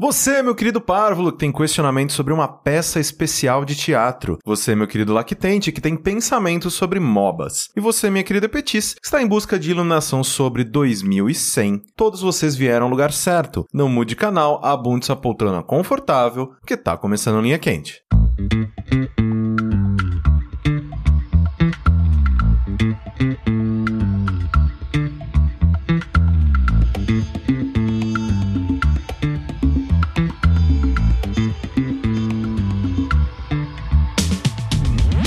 Você, meu querido párvulo, que tem questionamento sobre uma peça especial de teatro. Você, meu querido lactente, que tem pensamentos sobre MOBAs. E você, minha querida Petis, que está em busca de iluminação sobre 2100. Todos vocês vieram ao lugar certo. Não mude canal, abunde sua poltrona confortável, porque tá começando linha quente.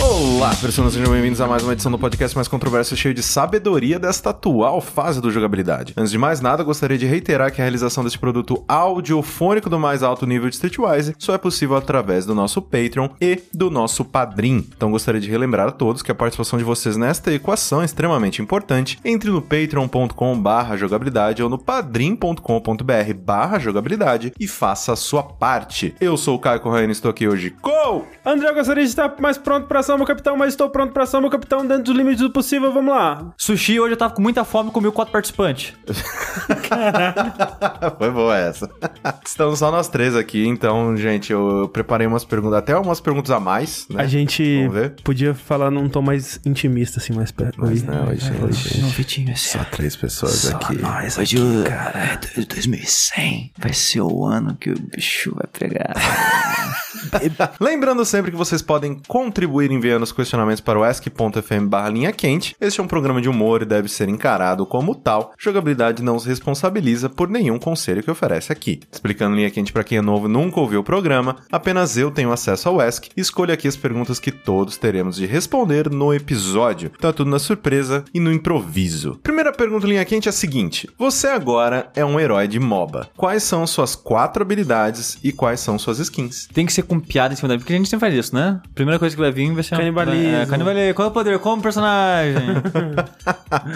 Olá, pessoas, sejam bem-vindos a mais uma edição do podcast mais controverso cheio de sabedoria desta atual fase do jogabilidade. Antes de mais nada, gostaria de reiterar que a realização deste produto audiofônico do mais alto nível de Streetwise só é possível através do nosso Patreon e do nosso Padrim. Então gostaria de relembrar a todos que a participação de vocês nesta equação é extremamente importante. Entre no patreon.com barra jogabilidade ou no padrim.com.br barra jogabilidade e faça a sua parte. Eu sou o Caio Correia e estou aqui hoje com... André, eu gostaria de estar mais pronto pra ação, meu capitão, mas estou pronto pra ação, meu capitão, dentro dos limites do possível, vamos lá. Sushi, hoje eu tava com muita fome e comi quatro participantes. Foi boa essa. Estamos só nós três aqui, então, gente, eu preparei umas perguntas, até umas perguntas a mais, né? A gente Vamos ver. podia falar num tom mais intimista, assim, mais perto. Mas não, hoje, hoje. Não, Vitinho, é só Três pessoas aqui. nós Hoje, cara, é do- 2100 vai ser o ano que o bicho vai pegar. Lembrando sempre que vocês podem contribuir enviando os questionamentos para o ask.fm barra linha quente. Este é um programa de humor e deve ser encarado como tal. Jogabilidade não se responsabiliza por nenhum conselho que oferece aqui. Explicando linha quente para quem é novo e nunca ouviu o programa, apenas eu tenho acesso ao ask e escolho aqui as perguntas que todos teremos de responder no episódio. Então é tudo na surpresa e no improviso. Primeira pergunta linha quente é a seguinte: você agora é um herói de MOBA. Quais são suas quatro habilidades e quais são suas skins? Tem que ser com piada em cima da porque a gente sempre faz isso, né? Primeira coisa que vai vir vai ser... Canibalismo. É, canibalismo. Qual é o poder? Como personagem?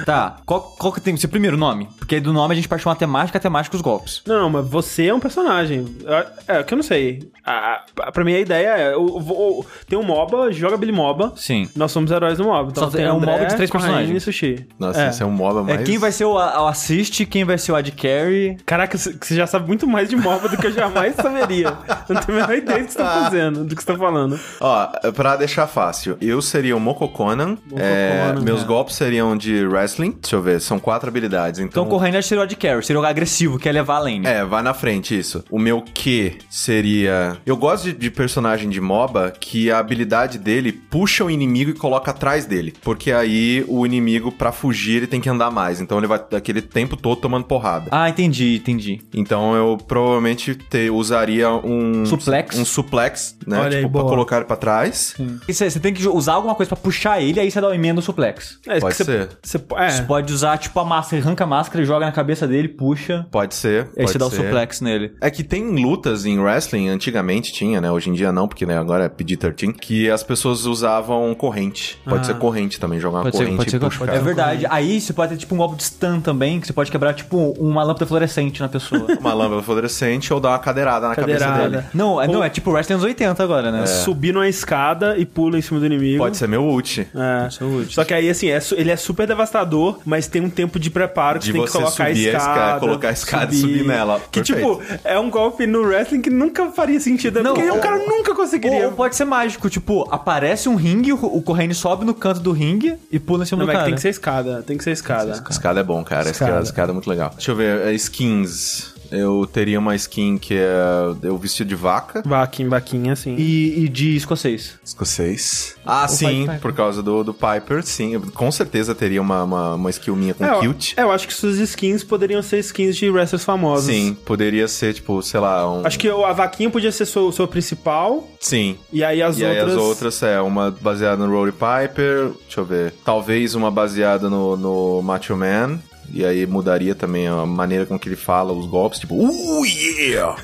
tá, qual, qual que tem que ser o primeiro nome? Porque aí do nome a gente parte uma temática, a temática os golpes. Não, mas você é um personagem. É, é que eu não sei. A, a- pra mim a ideia é. o- o- o- tem um MOBA, joga Billy MOBA. Sim. Nós somos heróis do MOBA. Então Só tem é um André, MOBA de três Corraine personagens. E sushi. Nossa, é. esse é um MOBA mais... É, quem vai ser o, a- o assist, quem vai ser o ad carry... Caraca, c- você já sabe muito mais de MOBA do que eu jamais saberia. Eu não tenho a menor ideia do que você tá fazendo, do que você tá falando. Ó, pra deixar fácil, eu seria o Mokokonan. é, Mokokonan, meus é. golpes seriam de wrestling. Deixa eu ver, são quatro habilidades. Então, Então, correndo seria o ad carry, seria o agressivo, que é levar a lane. É, vai na frente, isso. O meu Q seria... Eu gosto de, de personagem de MOBA que a habilidade dele puxa o inimigo e coloca atrás dele. Porque aí o inimigo, pra fugir, ele tem que andar mais. Então ele vai aquele tempo todo tomando porrada. Ah, entendi, entendi. Então eu provavelmente te- usaria um... Suplex. Um suplex, né? Olha aí, tipo, pra boa. colocar ele pra trás. Isso aí, você tem que usar alguma coisa pra puxar ele, aí você dá o emenda no suplex. É, Pode que você- ser. Você, é. Você pode usar, tipo, a máscara, arranca a máscara, joga na cabeça dele, puxa, Pode ser. aí pode você dá o ser. suplex nele. É que tem lutas em wrestling, antigamente tinha, né? Hoje em dia não, porque né, agora é PG-13, que as pessoas usavam corrente. Pode Ah. ser corrente também, jogar uma corrente e puxa o É cara. verdade. Aí você pode ter, tipo, um golpe de stun também, que você pode quebrar, tipo, uma lâmpada fluorescente na pessoa. É Uma lâmpada fluorescente ou dar uma cadeirada na cabeça Cadeirada. dele. não, é, não, é tipo wrestling anos 80 agora, né? subir numa escada e pula em cima do inimigo. É. Pode ser um meu ult. É. Isso é útil. Só que aí, assim, é su- ele é super devastador, mas tem um tempo de preparo que De tem que você colocar subir a a escada, escada. colocar a escada e subir nela. Que, Perfeito. é. tipo, é um golpe no wrestling que nunca faria sentido. Não, porque ou- o cara nunca Ou, conseguiria. ou pode ser mágico, tipo, aparece um ringue, o, o Corrêne sobe no canto do ringue e pula em cima Não, do mas cara. tem que ser escada. Tem que ser escada. Escada é bom, cara. Escada. Escada. escada é muito legal. Deixa eu ver, é, skins. Eu teria uma skin que é eu vestido de vaca. Vaquinha, vaquinha, assim. E, e de escocês. Escocês. Ah, sim, Piper. por causa do, do Piper, sim. Eu com certeza teria uma, uma, uma skill minha com É, eu- Kilt. é, eu acho que suas skins poderiam ser skins de wrestlers famosos. Sim, poderia ser, tipo, sei lá, um. Acho que o- a vaquinha podia ser sua, sua principal, Sim. e aí as e outras... aí as outras, é, uma baseada no Rory Piper, deixa eu ver. Talvez uma baseada no, no Macho Man. E aí mudaria também a maneira com que ele fala os golpes, tipo, uh, yeah!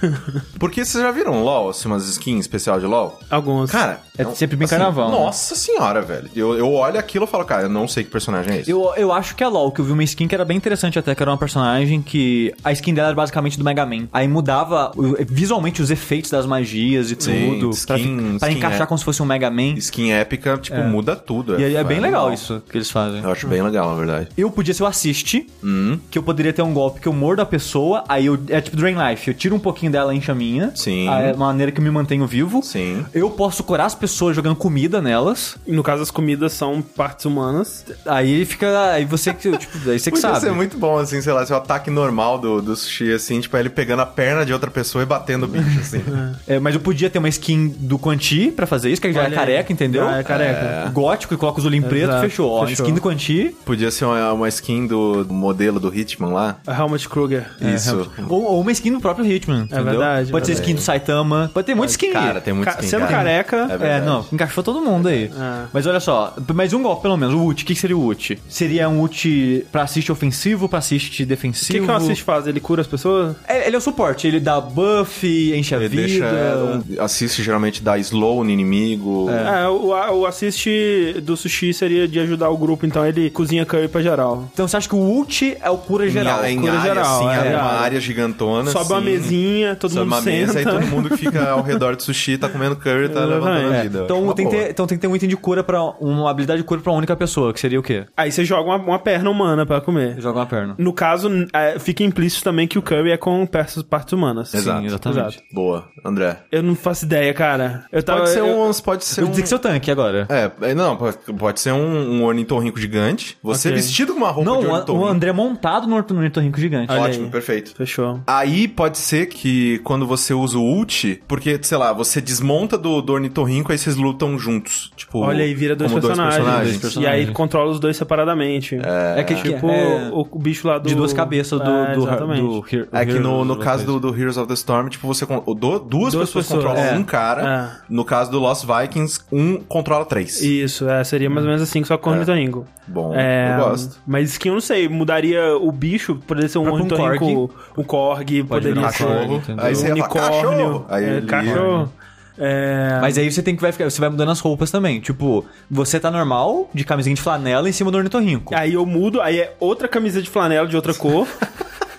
Porque vocês já viram LOL, assim, umas skins especial de LOL? Alguns. Cara, É um- sempre bem carnaval, né? Nossa senhora, velho. Eu, eu olho aquilo e falo, cara, eu não sei que personagem é esse. Eu, eu acho que é LOL, que eu vi uma skin que era bem interessante até, que era uma personagem que a skin dela era basicamente do Mega Man. Aí mudava o- visualmente os efeitos das magias e Sim, tudo. pra, skin- fi- pra skin, encaixar é. como se fosse um Mega Man. Skin épica, tipo, muda tudo. E aí é bem legal animal. isso que eles fazem. Eu acho bem legal, na verdade. Eu podia ser o assiste, Hum. que eu poderia ter um golpe que eu mordo a pessoa, aí eu. É tipo Drain Life, eu tiro um pouquinho dela enche a minha. Sim. Ah, É uma maneira que eu me mantenho vivo. Sim. Eu posso curar as pessoas jogando comida nelas. No caso, as comidas são partes humanas. Aí fica. Aí você que. Tipo, aí você que Podia sabe. ser muito bom, assim, sei lá, se o ataque normal do, do sushi, assim, tipo, é ele pegando a perna de outra pessoa e batendo o bicho, assim. É, mas eu podia ter uma skin do Quanti pra fazer isso, que aí já Olha é aí. careca, entendeu? Ah, é careca. Gótico e coloca os olhinhos pretos, Exato, fechou. Ó, fechou. skin do Quanti. Podia ser uma, uma skin do do modelo do Hitman lá. A Helmut Kruger. É, Isso. Ou, ou uma skin do próprio Hitman. entendeu? É verdade, Pode ser verdade. skin do Saitama. Pode ter muita skin. Cara, tem muito Ca- skin, sendo cara. careca, É É, verdade. não, encaixou todo mundo aí. É. Mas olha só, mais um golpe pelo menos. O ult, o que que seria o ult? Seria um ult pra assist ofensivo, pra assist O que, defensivo? que o assist faz? Ele cura as pessoas? É, ele é o suporte, ele dá buff, enche a Ele vida. deixa. um- assiste geralmente dá slow no inimigo. É, o, a- o assist do sushi seria de ajudar o grupo, então ele cozinha curry pra geral. Então você acha que o ult é o cura Em, geral? em cura área, geral, assim, é, é, uma geral. área gigantona. Sobe uma assim, mesinha, todo sobe mundo uma mesa, senta. aí todo mundo fica ao redor do sushi, tá comendo curry, tá levantando a É, vida. então, Uma tem que boa. ter, então tem que ter um item de cura pra. Uma habilidade de cura pra uma única pessoa, que seria o quê? Aí você joga uma, uma perna humana pra comer. Joga uma perna. No caso, n- é, fica implícito também que o curry é com peças- partes humanas. Exato. exatamente. exato. Boa, André. Eu não faço ideia, cara. Eu tava, Pode ser eu- um. Pode ser Então, Eu um. vou dizer que seu tanque agora. É, é, não, pode, pode ser um, um ornitorrinco gigante. Você Ok. vestido com uma roupa Não, um de o- o ornitorrinco. André é montado no ornitorrinco rinco gigante. Olha Ótimo, aí. perfeito. Fechou. Aí pode ser que quando você usa o ult, porque, sei lá, você desmonta do, do ornitorrinco, aí vocês lutam juntos. Tipo, Olha aí, vira dois como personagens. Dois Dois personagens. E aí personagens. controla os dois separadamente. É, que Tipo é- o, o bicho lá do... de duas cabeças do, É, do, exatamente. do, Hero- É que no, Heroes no of caso Space. do, do Heroes of the Storm, tipo, você con- o do- duas, Duas pessoas, pessoas, controlam é. um cara. No caso do Lost Vikings, um controla três. Isso, é, seria mais ou menos assim, só com o ornitorrinco. Bom, É, É. Ah, eu gosto. Mas que eu não sei, mudaria o bicho, poderia ser um Pra um ornitorrinco, o corg, virar poderia um ser corgi, Cachorro. entendeu? Aí você um ia falar, unicórnio, cachorro. Aí é, ele- cachorro. É, Mas aí você tem que vai ficar, você vai mudando as roupas também. Tipo, você tá normal, de camisinha de flanela em cima do ornitorrinco. aí eu mudo, aí é outra camisa de flanela de outra cor.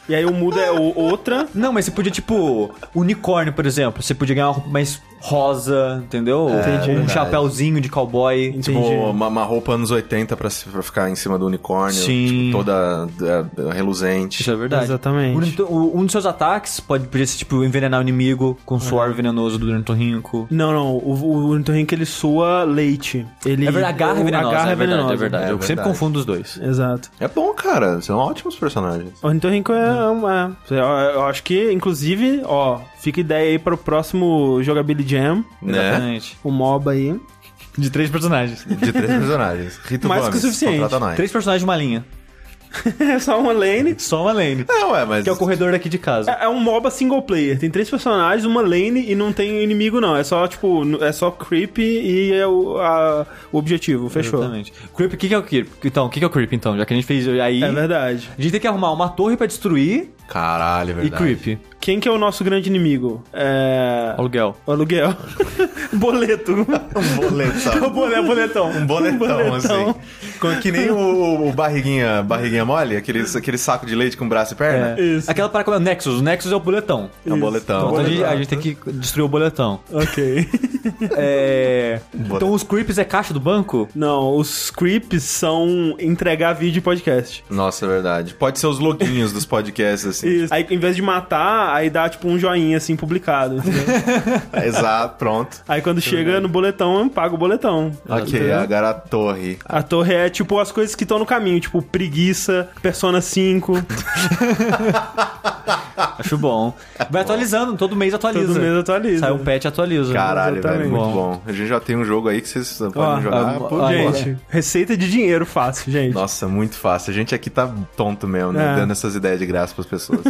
e aí eu mudo é o- outra. Não, mas você podia, tipo, unicórnio, por exemplo. Você podia ganhar uma roupa mais rosa, entendeu? Entendi. Um É, verdade. chapéuzinho de cowboy. Tipo, Entendi. uma, uma roupa anos 80 pra, se- pra ficar em cima do unicórnio. Sim. Tipo, toda é, reluzente. Isso é verdade. Exatamente. O ornito- o- Um, dos seus ataques pode, podia ser, tipo, envenenar o inimigo com o suor venenoso um do ornitorrinco. Não, não, o, o ornitorrinco ele sua leite. Ele, É verdade, a garra é o- venenosa. garra é verdade, venenosa. é verdade. É Eu sempre verdade. confundo os dois. Exato. É bom, cara. São ótimos personagens. Ornitorrinco é uma. Eu, eu acho que, inclusive, ó, fica ideia aí para o próximo Jogability Jam, Né? o MOBA aí. De três personagens. De três personagens. Rito Mais Gomes, que o suficiente. Contrata nós. Três personagens de uma linha. É só uma lane. Só uma lane. Não, é, mas... Que é o corredor daqui de casa. É é um MOBA single player. Tem três personagens, uma lane e não tem inimigo, não. É só, tipo, n- é só creep e é o, a- o objetivo. Fechou. Exatamente. Creep, o que, que é o Creep? Então, o que, que é o Creep, então? Já que a gente fez aí... É verdade. a gente tem que arrumar uma torre pra destruir Caralho, é verdade. e Creep. Quem que é o nosso grande inimigo? É. Aluguel. O aluguel. Boleto. Um boletão. o bole- boletão. Um boletão, boletão. assim. Com- que nem o, o barriguinha, barriguinha mole, aquele, aquele saco de leite com braço e perna. É. Isso. Aquela para como é o Nexus. O Nexus é o boletão. É um boletão. Então, a gente- Boletão. a gente tem que destruir o boletão. Ok. É... Então boletão. os creeps é caixa do banco? Não, os creeps são entregar vídeo e podcast. Nossa, é verdade. Pode ser os loginhos dos podcasts, assim. Isso. Aí, em vez de matar, aí dá, tipo, um joinha, assim, publicado. entendeu? Exato, pronto. aí quando chega no boletão, eu pago o boletão. né? ok, é. agora a torre. A torre é tipo as coisas que estão no caminho, tipo preguiça, Persona 5, Acho bom. Vai atualizando, todo mês atualiza. todo mês atualiza. Sai um patch e atualiza. Caralho, velho, Então, Exatamente. muito bom. A gente já tem um jogo aí que vocês podem jogar. ah, por- ah, Gente, receita de dinheiro fácil, gente. Nossa, muito fácil. A gente aqui tá tonto mesmo, né? É. Dando essas ideias de graça pras pessoas.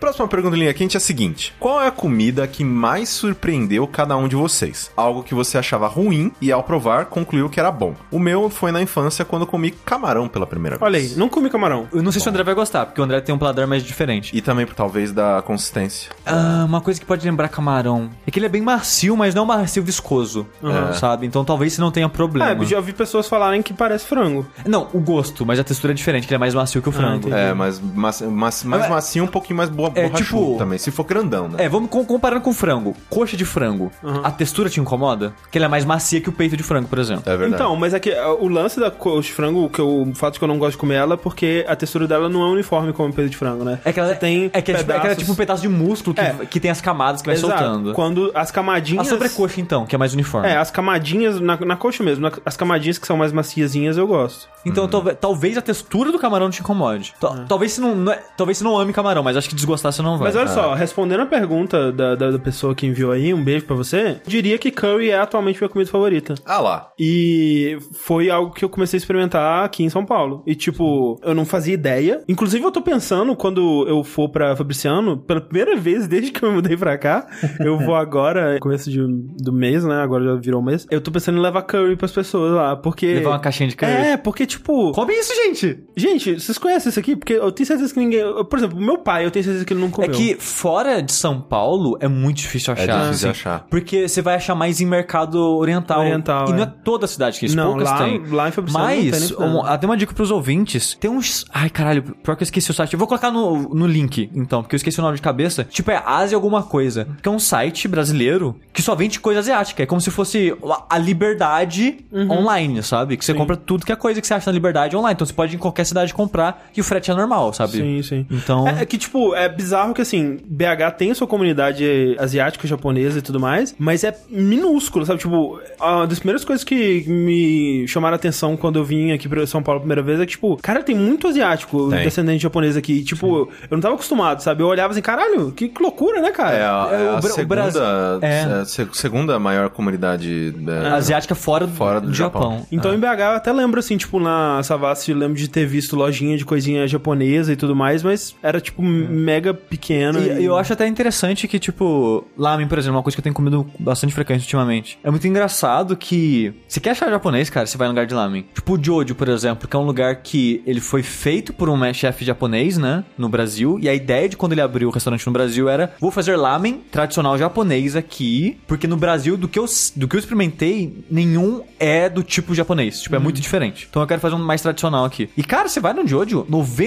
Próxima pergunta linha quente é a seguinte: Qual é a comida que mais surpreendeu cada um de vocês? Algo que você achava ruim e ao provar concluiu que era bom. O meu foi na infância quando comi camarão pela primeira vez. Olha aí, não comi camarão. Eu não sei se o André vai gostar, porque o André tem um paladar mais diferente. E também por talvez da consistência. Ah, uma coisa que pode lembrar camarão é que ele é bem macio, mas não macio viscoso, É. sabe? Então talvez você não tenha problema. Ah, eu já ouvi pessoas falarem que parece frango. Não, o gosto, mas a textura é diferente, que ele é mais macio que o frango. Ah, entendi. É. É, mas maci- maci- mais Mas- macio, um pouquinho mais boa É, borrachudo tipo- também. Se for grandão, né? É, vamos com- comparando com frango. Coxa de frango. A textura te incomoda? Que ela é mais macia que o peito de frango, por exemplo. É verdade. Então, mas é que ah, o lance da coxa de frango, que eu, o fato de que eu não gosto de comer ela, é porque a textura dela não é uniforme como o peito de frango, né? É que ela Você tem é, que é, tipo, é que ela é pedaços- tipo um pedaço de músculo que, É. que tem as camadas que vai Exato. soltando. Quando as A camadinhas... sobrecoxa, então, que é mais uniforme. É, as camadinhas, na, na coxa mesmo, na- as camadinhas que são mais maciazinhas eu gosto. Hum. Então talve- talvez a textura do camarão te incomode. Tal- Talvez você não, não é- talvez você não ame camarão, mas acho que desgostar você não vai. Hum. Mas olha só, respondendo a pergunta da, da, da pessoa que enviou aí, um beijo pra você, diria que curry é atualmente minha comida favorita. Ah lá. E foi algo que eu comecei a experimentar aqui em São Paulo. E, tipo, eu não fazia ideia. Inclusive, eu tô pensando, quando eu for pra Fabriciano, pela primeira vez desde que eu me mudei pra cá, eu vou agora, começo de, do mês, né? Agora já virou um mês. Eu tô pensando em levar curry pras pessoas lá, porque... Levar uma caixinha de curry. É, porque, tipo... Come isso, gente! Gente, vocês conhecem isso aqui? Porque eu tenho certeza que ninguém... eu- Por exemplo, meu pai, eu tenho certeza que ele não É comeu. que fora de São Paulo é muito difícil É achar. Ah, difícil achar. Porque você vai achar mais em mercado oriental. Oriental, E não é. é toda a cidade que isso, Não, poucas lá- tem. lá em Fabriciano não tem nem Mas, cidade. um- até uma dica pros ouvintes. Tem uns... Ai, caralho, pior que eu esqueci o site. Eu vou colocar no, no link, então, porque eu esqueci o nome de cabeça. Tipo, é Ásia alguma coisa. Que é um site brasileiro que só vende coisa asiática. É como se fosse a- a liberdade Uhum. online, sabe? Que você compra tudo que é coisa que você acha na liberdade online. Então, você pode ir em qualquer cidade comprar e o frete é normal, sabe? Sim, sim. Então... É, é que, tipo, é bizarro que, assim, BH tem a sua comunidade asiática, japonesa e tudo mais, mas é minúsculo, sabe? Tipo, uma das primeiras coisas que me chamaram a atenção quando eu vim aqui pra São Paulo a primeira vez é que, tipo, cara, tem muito asiático, Tem. descendente de japonês aqui. E, tipo, eu não tava acostumado, sabe? Eu olhava assim, caralho, que, que loucura, né, cara? É, a, é É, o a Bra- o segunda, Brasil- é. Ah, é a se- segunda maior comunidade é, asiática fora, Fora do do Japão. Japão. Então em BH eu até lembro, assim, tipo, na Savassi, eu lembro de ter visto lojinha de coisinha japonesa e tudo mais, mas era, tipo, mega pequeno. É. E eu acho até interessante que, tipo, lamen, por exemplo, é uma coisa que eu tenho comido bastante frequente ultimamente. É muito engraçado que. Você quer achar japonês, cara, você vai em lugar de lamen. Tipo o Jojo, por exemplo, que é um lugar que ele foi feito por um chefe japonês, né? No Brasil. E a ideia de quando ele abriu o restaurante no Brasil era: vou fazer lamen tradicional japonês aqui. Porque no Brasil, do que eu, do que eu experimentei, nenhum é do tipo japonês. Tipo, é muito diferente. Então eu quero fazer um mais tradicional aqui. E, cara, você vai no Jojo,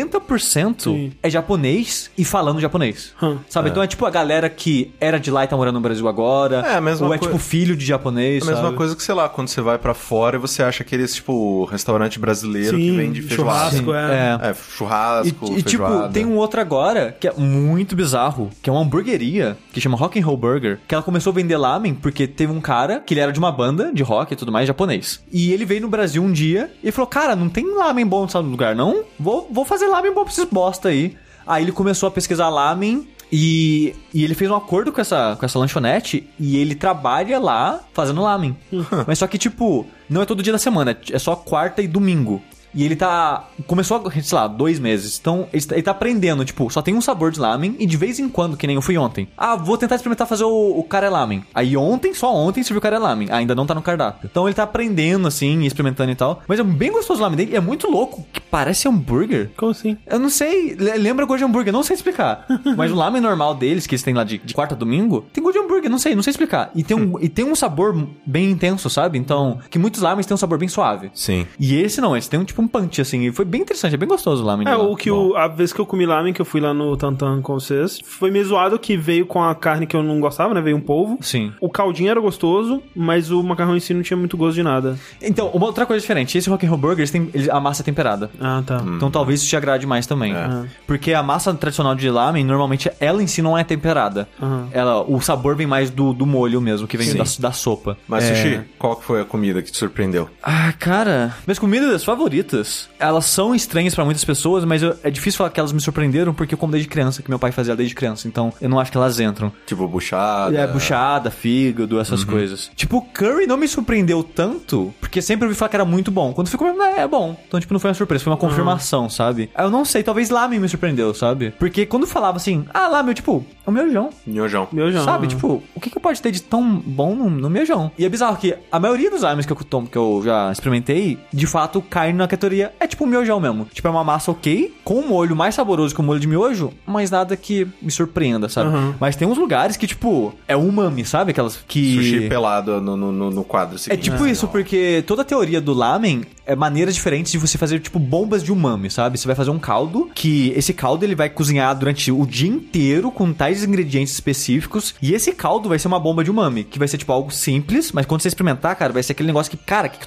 90% Sim. é japonês e falando japonês. Hum. Sabe? Então é tipo a galera que era de lá e tá morando no Brasil agora. É, a mesma Ou é coi- tipo filho de japonês. a mesma sabe? coisa que, sei lá, quando você vai pra fora e você acha aquele, tipo, restaurante brasileiro que Sim, vende feijoada. churrasco, é. É, E, churrasco, e, tipo, feijoada. tem um outro agora que é muito bizarro, que é uma hamburgueria que chama Rock and Roll Burger, que ela começou a vender lamen porque teve um cara que ele era de uma banda de rock e tudo mais, japonês. E ele veio no Brasil um dia e falou: "Cara, não tem lamen bom no lugar não? Vou, vou fazer lamen bom pra esses bosta aí". Aí ele começou a pesquisar lamen e, e ele fez um acordo com essa, com essa lanchonete e ele trabalha lá fazendo lamen. Mas só que, tipo, não é todo dia da semana, é só quarta e domingo. E ele tá. Começou, há, sei lá, dois meses. Então, ele tá, ele tá aprendendo, tipo, só tem um sabor de lamen e de vez em quando, que nem eu fui ontem. Ah, vou tentar experimentar fazer o, o cara lamen. Aí ontem, só ontem, serviu o cara lamen. Ainda não tá no cardápio. Então ele tá aprendendo, assim, e experimentando e tal. Mas é bem gostoso o lamen dele. E é muito louco, que parece hambúrguer. Como assim? Eu não sei, le- lembra gosto de hambúrguer, não sei explicar. Mas o lamen normal deles, que eles têm lá de, de quarta a domingo, tem gosto de hambúrguer, não sei, não sei explicar. E tem um, e tem um sabor bem intenso, sabe? Então, que muitos lamens têm um sabor bem suave. Sim. E esse não, esse tem um tipo um punch, assim, e foi bem interessante, é bem gostoso lá, menino. É, o que o, a vez que eu comi lamen, que eu fui lá no Tantan com vocês, foi meio zoado que veio com a carne que eu não gostava, né? Veio um polvo. Sim. O caldinho era gostoso, mas o macarrão em si não tinha muito gosto de nada. Então, uma outra coisa diferente, esse Rock and Roll Burger, eles têm- eles- a massa é temperada. Ah, tá. Então talvez isso te agrade mais também. É. Porque a massa tradicional de lamen, normalmente, ela em si não é temperada. Aham. Ela, o sabor vem mais do, do molho mesmo, que vem Sim. da, da sopa. Mas, É. Sushi, qual que foi a comida que te surpreendeu? Ah, cara, minhas comidas favoritas frutas, elas são estranhas pra muitas pessoas, mas eu- é difícil falar que elas me surpreenderam porque eu como desde criança, que meu pai fazia desde criança. Então eu não acho que elas entram. Tipo, buchada. É, buchada, fígado, essas coisas. Tipo, curry não me surpreendeu tanto, porque sempre ouvi falar que era muito bom. Quando fui comendo, é, é bom. Então, tipo, não foi uma surpresa, foi uma confirmação, sabe? Eu não sei, talvez lame me surpreendeu, sabe? Porque quando falava assim, ah, lame, eu, tipo, é o miojão. Nhojão. Meu já. Sabe, tipo, o que, que pode ter de tão bom no, no miojão? E é bizarro que a maioria dos lames que eu, tomo- que eu já experimentei, de fato, cai na categoria. É tipo um miojão mesmo. Tipo, é uma massa ok, com um molho mais saboroso que o molho de miojo, mas nada que me surpreenda, sabe? Mas tem uns lugares que, tipo, é umami, sabe? Aquelas que. Sushi pelado no, no, no- no quadro É seguinte. Ah, tipo isso, porque toda a teoria do lamen é maneiras diferentes de você fazer, tipo, bombas de umami, sabe? Você vai fazer um caldo, que esse caldo ele vai cozinhar durante o dia inteiro com tais ingredientes específicos, e esse caldo vai ser uma bomba de umami, que vai ser, tipo, algo simples, mas quando você experimentar, cara, vai ser aquele negócio que, cara, que,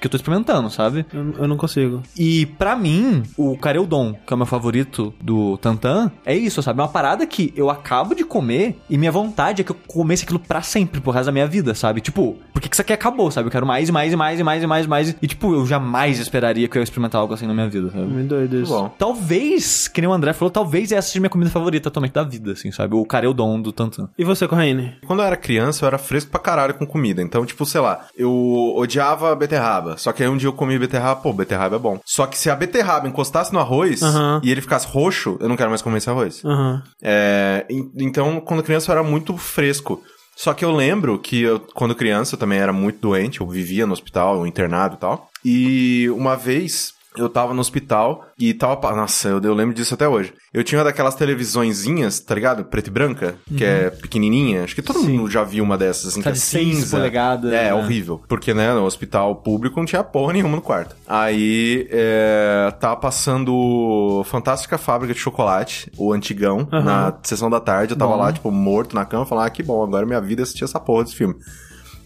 que eu tô experimentando, sabe? Eu, eu não consigo. E pra mim, o Kareudon, que é o meu favorito do Tantan, é isso, sabe? É uma parada que eu acabo de comer e minha vontade é que eu comesse aquilo pra sempre, pro resto da minha vida, sabe? Tipo, por que que isso aqui acabou, sabe? Eu quero mais e mais e mais e mais e mais e mais. E tipo, eu jamais esperaria que eu ia experimentar algo assim na minha vida, sabe? É Muito doido isso. Bom. Talvez, que nem o André falou, talvez essa seja minha comida favorita atualmente da vida, assim, sabe? O Kareudon do Tantan. E você, Corraine? Quando eu era criança, eu era fresco pra caralho com comida. Então, tipo, sei lá, eu odiava beterraba. Só que aí um dia eu comi beterraba, pô, beterraba é bom. Só que se a beterraba encostasse no arroz Aham. e ele ficasse roxo, eu não quero mais comer esse arroz. Aham. É, en- então, quando criança, eu era muito fresco. Só que eu lembro que eu, quando criança, eu também era muito doente. Eu vivia no hospital, internado e tal. E uma vez... Eu tava no hospital e tava. pa- Nossa, eu, eu lembro disso até hoje. Eu tinha uma daquelas televisõezinhas, tá ligado? Preta e branca, que é pequenininha. Acho que todo mundo já viu uma dessas, assim, Tá que é de seis cinza. polegadas, É, né? horrível horrível. Porque, né, no hospital público não tinha porra nenhuma no quarto. Aí, é, tava passando Fantástica Fábrica de Chocolate, o antigão, Aham. na sessão da tarde. Eu tava Bom. lá, tipo, morto na cama, falando, ah, que bom, agora minha vida é assistir essa porra desse filme.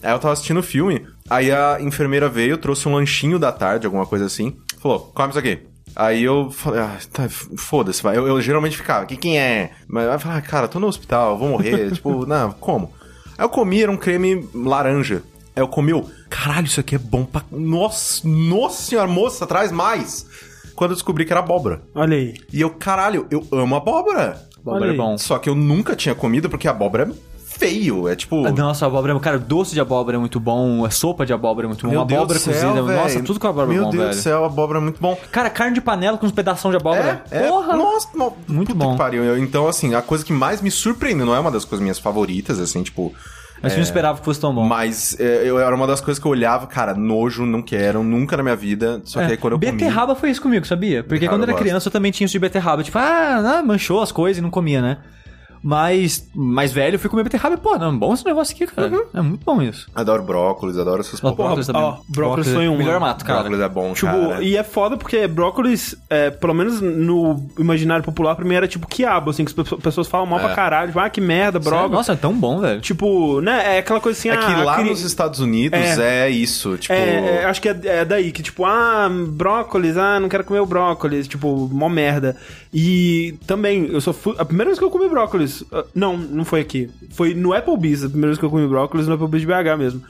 Aí eu tava assistindo o filme, aí a enfermeira veio, trouxe um lanchinho da tarde, alguma coisa assim, falou, come isso aqui. Aí eu falei, ah, tá, foda-se, vai. Eu, eu geralmente ficava, que quem é? Mas eu falava, cara, tô no hospital, eu vou morrer, tipo, não, como? Aí eu comi, era um creme laranja. Aí eu comi, eu, caralho, isso aqui é bom pra... Nossa, nossa senhora, moça, traz mais! Quando eu descobri que era abóbora. Olha aí. E eu, caralho, eu amo abóbora. Abóbora Olha é aí. bom. Só que eu nunca tinha comido, porque abóbora é feio, é tipo... Nossa, abóbora, é- cara, doce de abóbora é muito bom, a sopa de abóbora é muito bom, Meu Deus abóbora do céu, cozida, velho. nossa, tudo com abóbora é Meu bom, Deus velho. do céu, abóbora é muito bom. Cara, carne de panela com uns pedaços de abóbora. É, é. Porra! Nossa, mo- Muito puta bom. que pariu. Eu- Então, assim, a coisa que mais me surpreendeu, não é uma das coisas minhas favoritas, assim, tipo. Mas eu não esperava que fosse tão bom. Mas é, eu era uma das coisas que eu olhava, cara, nojo, não quero, nunca na minha vida. Só que É, aí quando eu comi. beterraba foi isso comigo, sabia? Porque Beterraba quando eu eu era gosto. criança eu também tinha isso de beterraba. Tipo, ah, ah, manchou as coisas e não comia, né? Mas mais velho eu fui comer beterraba e, pô, não, bom esse negócio aqui, cara. É muito bom isso. Adoro brócolis, adoro essas Mas Uhum. porra. brócolis também. ó, brócolis foi um- Melhor mato, cara. Brócolis é bom, Tipo, cara. e é foda porque brócolis, é, pelo menos no imaginário popular, pra mim era tipo quiabo, assim, que as pe- pessoas falam mal É. pra caralho, tipo, ah, que merda, Sério? brócolis. Nossa, é tão bom, velho. Tipo, né, é aquela coisa assim, É que ah, lá cri- nos Estados Unidos é, isso, tipo. É, é, acho que é, é daí, que tipo, ah, brócolis, ah, não quero comer o brócolis, tipo, mó merda. E também, eu só fui. A primeira vez que eu comi brócolis. ah, Não, não foi aqui. Foi no Applebee's, a primeira vez que eu comi brócolis no Applebee's de BH mesmo.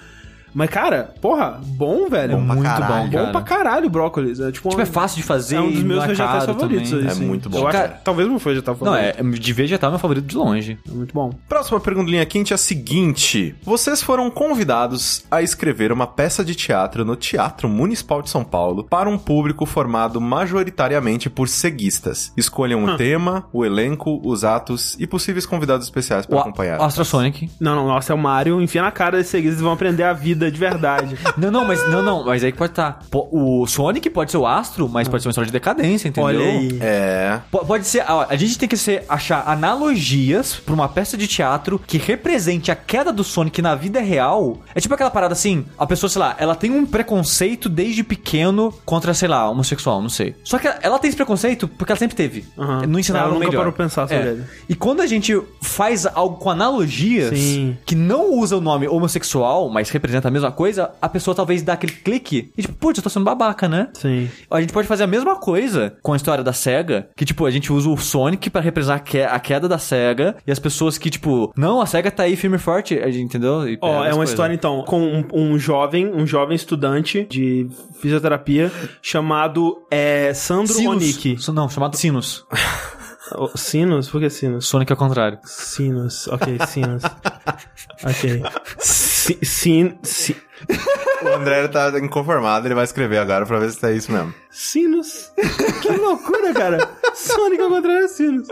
Mas, cara, porra, bom, velho. Bom pra muito caralho, bom, Bom cara. pra caralho o brócolis. É, tipo, Tipo, um- é fácil de fazer. é um dos e meus não vegetais caro favoritos. também. É assim. muito bom. Eu acho- Cara- talvez meu vegetal Não, favorito. é, de vegetal é meu favorito de longe. é muito bom. Próxima pergunta linha quente é a seguinte: vocês foram convidados a escrever uma peça de teatro no Teatro Municipal de São Paulo para um público formado majoritariamente por ceguistas. Escolham Hum. o tema, o elenco, os atos e possíveis convidados especiais para O, acompanhar. o Astra Sonic. Não, não, nossa, é o Mario, enfia na cara desses seguidores, eles vão aprender a vida de verdade. Não, não, mas não, não, mas aí que pode estar. O Sonic pode ser o astro, mas pode ser uma história de decadência, entendeu? Hum. Olha aí. É. Po- Pode ser, ó, a gente tem que ser, achar analogias pra uma peça de teatro que represente a queda do Sonic na vida real. É tipo aquela parada assim, a pessoa, sei lá, ela tem um preconceito desde pequeno contra, sei lá, homossexual, não sei. Só que ela tem esse preconceito porque ela sempre teve. Aham. Não ensinaram Ela nunca melhor. parou pra pensar sobre É. ele. E quando a gente faz algo com analogias Sim. que não usa o nome homossexual, mas representa a mesma coisa, a pessoa talvez dá aquele clique e tipo, putz, eu tô sendo babaca, né? Sim. A gente pode fazer a mesma coisa com a história da SEGA, que, tipo, a gente usa o Sonic pra representar a, que- a queda da SEGA e as pessoas que, tipo, não, a SEGA tá aí firme e forte, a gente entendeu? E Ó, é pega as uma coisas. história então com um, um jovem, um jovem estudante de fisioterapia chamado é, Sandro Sinus. Onick. Isso Não, chamado Sinus. Oh, Sinus? Por que Sinus? Sonic é o contrário. Sinus, ok, Sinus. ok. Si- sin, si- O André tá inconformado, ele vai escrever agora pra ver se é isso mesmo. Sinus? Que loucura, cara! Sonic ao contrário é Sinus.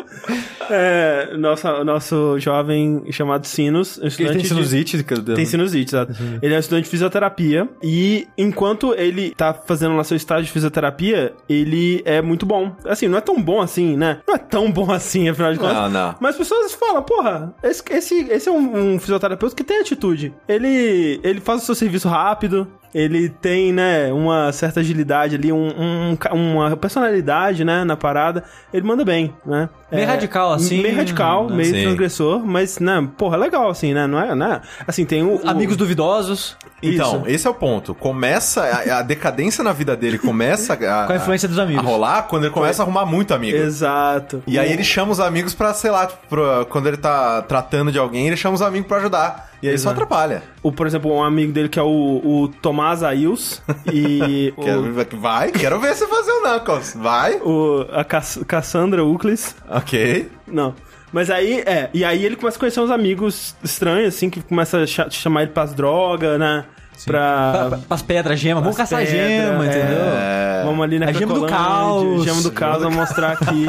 É, nossa, nosso jovem chamado Sinus, um Ele estudante tem de- sinusite, né? Uhum. que eu- Tem sinusite, exato. Ele é um estudante de fisioterapia e enquanto ele tá fazendo lá seu estágio de fisioterapia, ele é muito bom. Assim, não é tão bom assim, né? Não é tão bom assim, afinal de contas. Não, não. Mas as pessoas falam, porra, esse, esse, esse é um, um fisioterapeuta que tem atitude. Ele, ele faz o seu serviço rápido, ele tem, né, uma certa agilidade ali, um, um ca- uma personalidade, né, na parada. Ele manda bem, né? Meio radical, assim, Meio radical, né? meio Sim. transgressor, mas, né, porra, legal, assim, né? Não é, né? Assim, tem o... o- Amigos duvidosos, Então, esse é o ponto. Começa, a, a decadência na vida dele começa a, com a influência dos a amigos. rolar quando ele começa a arrumar muito amigo. Exato. E Uhum. aí ele chama os amigos pra, sei lá, tipo, pra- quando ele tá tratando de alguém, ele chama os amigos pra ajudar. E aí é. só atrapalha. O, por exemplo, um amigo dele que é o, o Tomás Ails e... o- Quero- vai, quero ver você fazer o Knuckles. Vai. o- a Cass- Cassandra Uclis, Ok. Não. Mas aí, é, e aí ele começa a conhecer uns amigos estranhos, assim, que começa a cha- chamar ele pras drogas, né? Pra, Pra. pra- pras pedras, gema. Vamos caçar pedra, gema, é. entendeu? Vamos ali na a gema do Cracolândia, caos. Gema do caos, vamos mostrar aqui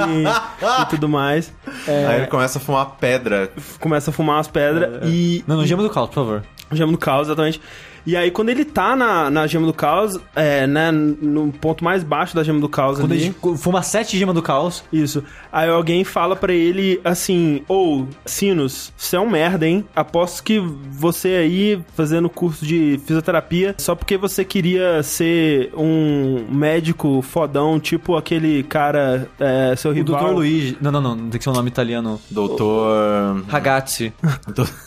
e tudo mais. É, Aí ele começa a fumar pedra. começa a fumar as pedras e. É. Não, não, gema do caos, por favor. Gema do caos, exatamente. E aí, quando ele tá na, na Gema do Caos, é, né, no ponto mais baixo da Gema do Caos Quando a ali... gente fuma sete gema do caos, Isso. Aí alguém fala pra ele assim: Ô, Sinus, você é um merda, hein? Aposto que você aí fazendo curso de fisioterapia só porque você queria ser um médico fodão, tipo aquele cara, é, seu o rival. doutor Luigi... Não, não, não, tem que ser um nome italiano. Doutor. Ragazzi.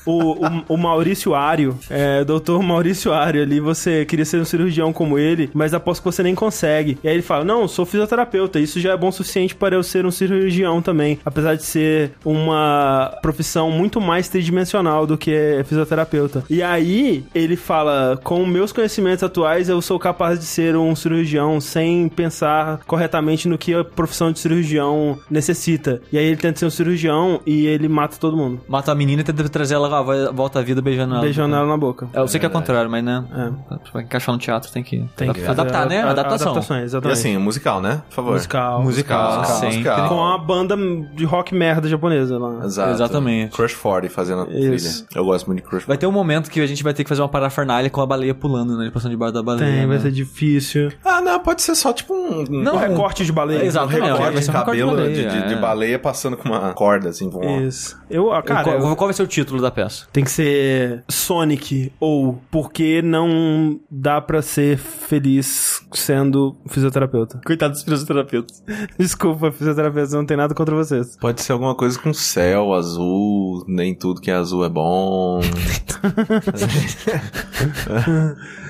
O, o, o Maurício Ário, é, doutor Maurício Ário ali, você queria ser um cirurgião como ele, mas aposto que você nem consegue. E aí ele fala: Não, eu sou fisioterapeuta, isso já é bom o suficiente para eu ser um cirurgião também, apesar de ser uma profissão muito mais tridimensional do que é fisioterapeuta. E aí ele fala: Com meus conhecimentos atuais, eu sou capaz de ser um cirurgião sem pensar corretamente no que a profissão de cirurgião necessita. E aí ele tenta ser um cirurgião e ele mata todo mundo. Mata a menina e tenta trazer ela vo- volta à vida beijando ela. Beijando ela na boca. Eu sei que é o contrário, mas né? É. pra- Pra encaixar no teatro tem que, Tem adap- que adaptar, fazer né? a- a- Adaptação. Adaptações, E exatamente. assim, musical, né? Por favor. musical. musical, Musical. sempre. musical. Com uma banda de rock merda japonesa lá. Exato. Exatamente. Crush 40 fazendo a Isso. trilha. Eu gosto muito de Crush 40. Vai ter um momento que a gente vai ter que fazer uma parafernália com a baleia pulando, né? Ele passando debaixo da baleia. Tem, vai né? ser difícil. Ah, não, pode ser só tipo um. Não, Um recorte de baleia. Exato, Um é, recorte vai de ser um recorte de cabelo de baleia, de- de é. baleia passando com uma corda, assim, com uma- Isso. Eu, ah, cara, qual, eu- qual vai ser o título da peça? tem que ser Sonic ou porque não dá pra ser feliz sendo fisioterapeuta. Coitado dos fisioterapeutas. Desculpa, fisioterapeuta, não tem nada contra vocês. Pode ser alguma coisa com céu azul, nem tudo que é azul é bom.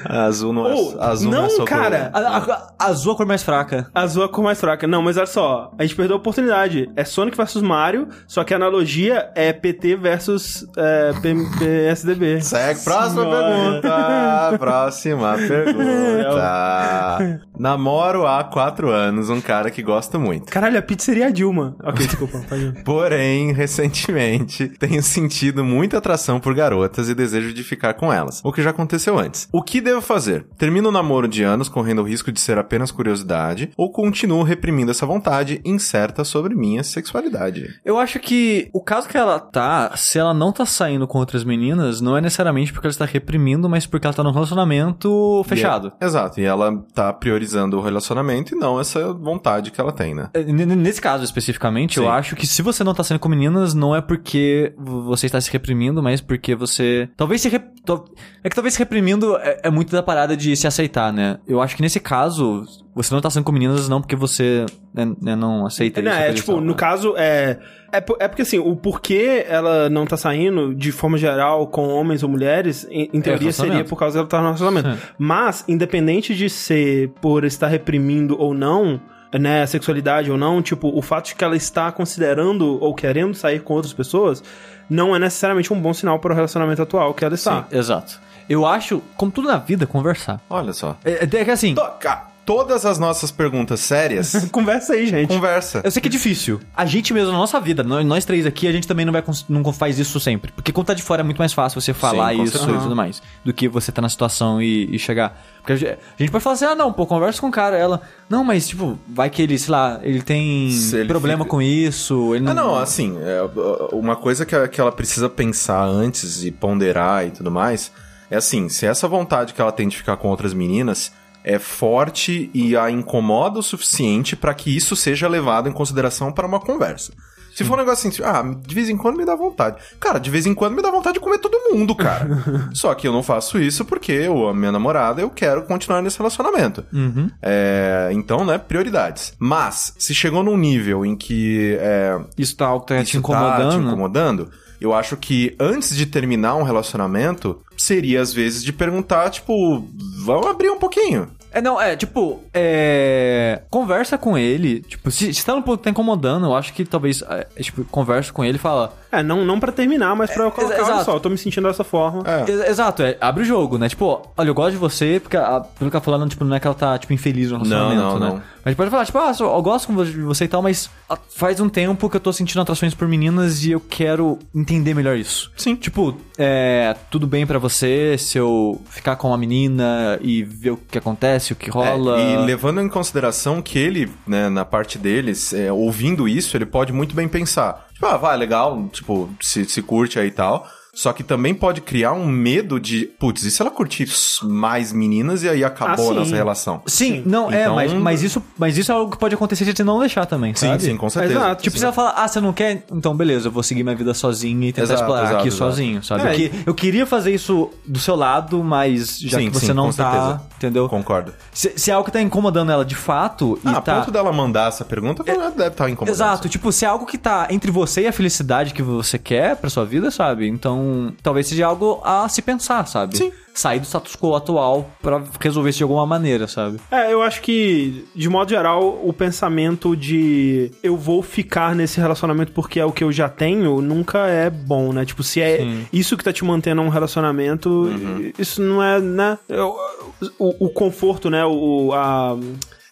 azul não é, Ou, azul não é não, só cara. A, a- a- azul é a cor mais fraca. Azul é a cor mais fraca. Não, mas olha só, a gente perdeu a oportunidade. É Sonic versus Mario, só que a analogia é PT versus é, P- PSDB. Segue, próxima Senhora. pergunta. Próxima pergunta. Namoro há quatro anos um cara que gosto muito. Caralho, a pizza seria a Dilma. Ok, desculpa, pode ir. Porém, recentemente, tenho sentido muita atração por garotas e desejo de ficar com elas, o que já aconteceu antes. O que devo fazer? Termino o namoro de anos correndo o risco de ser apenas curiosidade ou continuo reprimindo essa vontade incerta sobre minha sexualidade? Eu acho que o caso que ela tá, se ela não tá saindo com outras meninas, não é necessariamente porque ela está reprimindo, mas porque ela tá num relacionamento fechado. E é- exato, e ela tá priorizando o relacionamento e não essa vontade que ela tem, né? É, n- n- Nesse caso especificamente, Sim. eu acho que se você não tá saindo com meninas, não é porque v- você está se reprimindo, mas porque você. Talvez se. rep- to- É que talvez reprimindo é, é muito da parada de se aceitar, né? Eu acho que nesse caso, você não tá sendo com meninas não porque você né, né, não aceita Não, isso. é aquele tipo, tal, no né? caso, é, é. po- É porque assim, o porquê ela não tá saindo, de forma geral, com homens ou mulheres, em, em teoria seria relacionamento. por causa dela estar no relacionamento. Mas, independente de ser por estar reprimindo ou não. Né, a sexualidade ou não, tipo, o fato de que ela está considerando ou querendo sair com outras pessoas não é necessariamente um bom sinal para o relacionamento atual que ela está. Sim, exato. Eu acho, como tudo na vida, conversar. Olha só. É, é que assim, Toca todas as nossas perguntas sérias, Conversa aí, gente. conversa. eu sei que é difícil. A gente mesmo, na nossa vida, nós, nós três aqui, a gente também não, vai, cons- não faz isso sempre. Porque quando tá de fora é muito mais fácil você falar com isso certeza. e tudo mais. Do que você tá na situação e, e chegar. Porque a gente, a gente pode falar assim, ah não, pô, conversa com o cara. Ela, não, mas tipo, vai que ele, sei lá, ele tem Se ele problema fica- com isso. Ele Ah, não, não, assim, é, uh, uma coisa que, que ela precisa pensar antes e ponderar e tudo mais é assim: se essa vontade que ela tem de ficar com outras meninas é forte e a incomoda o suficiente pra que isso seja levado em consideração para uma conversa. Se for um negócio assim, tipo, ah, de vez em quando me dá vontade. Cara, de vez em quando me dá vontade de comer todo mundo, cara. Só que eu não faço isso porque eu amo minha namorada, eu quero continuar nesse relacionamento. Uhum. É, então, né, prioridades. Mas, se chegou num nível em que é, Isso tá algo que tá te isso tá incomodando. te incomodando, eu acho que antes de terminar um relacionamento, seria às vezes de perguntar, tipo, vamos abrir um pouquinho. É, não, é, tipo, é. Conversa com ele. Tipo, se, se tá no ponto que tá incomodando, eu acho que talvez. é, tipo, conversa com ele e fala. É, não, não para terminar, mas para colocar, olha exato. só, eu tô me sentindo dessa forma. É. "Ex- Exato, é, abre o jogo, né? Tipo, ó, olha, eu gosto de você, porque a, pelo que ela falando, tipo, não é que ela tá, tipo, infeliz no relacionamento, não, né? não. Mas pode falar, tipo, ah, só- eu gosto com vo- de você e tal, mas ah, faz um tempo que eu tô sentindo atrações por meninas e eu quero entender melhor isso. Sim. Tipo, é. Tudo bem pra você se eu ficar com uma menina e ver o que acontece, o que rola. É, e levando em consideração que ele, né, na parte deles, é, ouvindo isso, ele pode muito bem pensar. Tipo, ah, vai, legal, tipo, se, se curte aí e tal. Só que também pode criar um medo de, putz, e se ela curtir mais meninas e aí acabou sim. nossa relação? Ah, Sim, não, é, Então- mas, mas, isso, mas isso é algo que pode acontecer de você não deixar também, Sim, sabe? sim, com certeza. Exato. Tipo, se ela fala, ah, você não quer? Então, beleza, eu vou seguir minha vida sozinho e tentar Exato, explorar exato, aqui exato. sozinho, sabe? É, Eu que- eu queria fazer isso do seu lado, mas já Sim, que você sim, não com tá, certeza. entendeu? Concordo. Se, se é algo que tá incomodando ela de fato e Ah, a tá... É, ponto dela mandar essa pergunta, ela deve estar incomodada. Exato, tipo, se é algo que tá entre você e a felicidade que você quer pra sua vida, sabe? Então, talvez seja algo a se pensar, sabe? Sim. Sair do status quo atual pra resolver isso de alguma maneira, sabe? É, eu acho que, de modo geral, o pensamento de eu vou ficar nesse relacionamento porque é o que eu já tenho nunca é bom, né? Tipo, se é isso que tá te mantendo um relacionamento, isso não é, né? Eu- O, o conforto, né? O, a.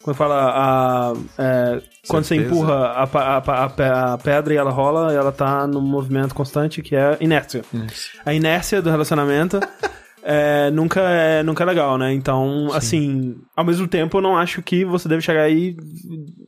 Como é fala? A. é, quando você Certeza. empurra a, pa- a pa- a pe- a pedra e ela rola, ela tá num movimento constante que é inércia. A inércia do relacionamento é, nunca, é, nunca é legal, né? Então, assim, ao mesmo tempo, eu não acho que você deve chegar aí.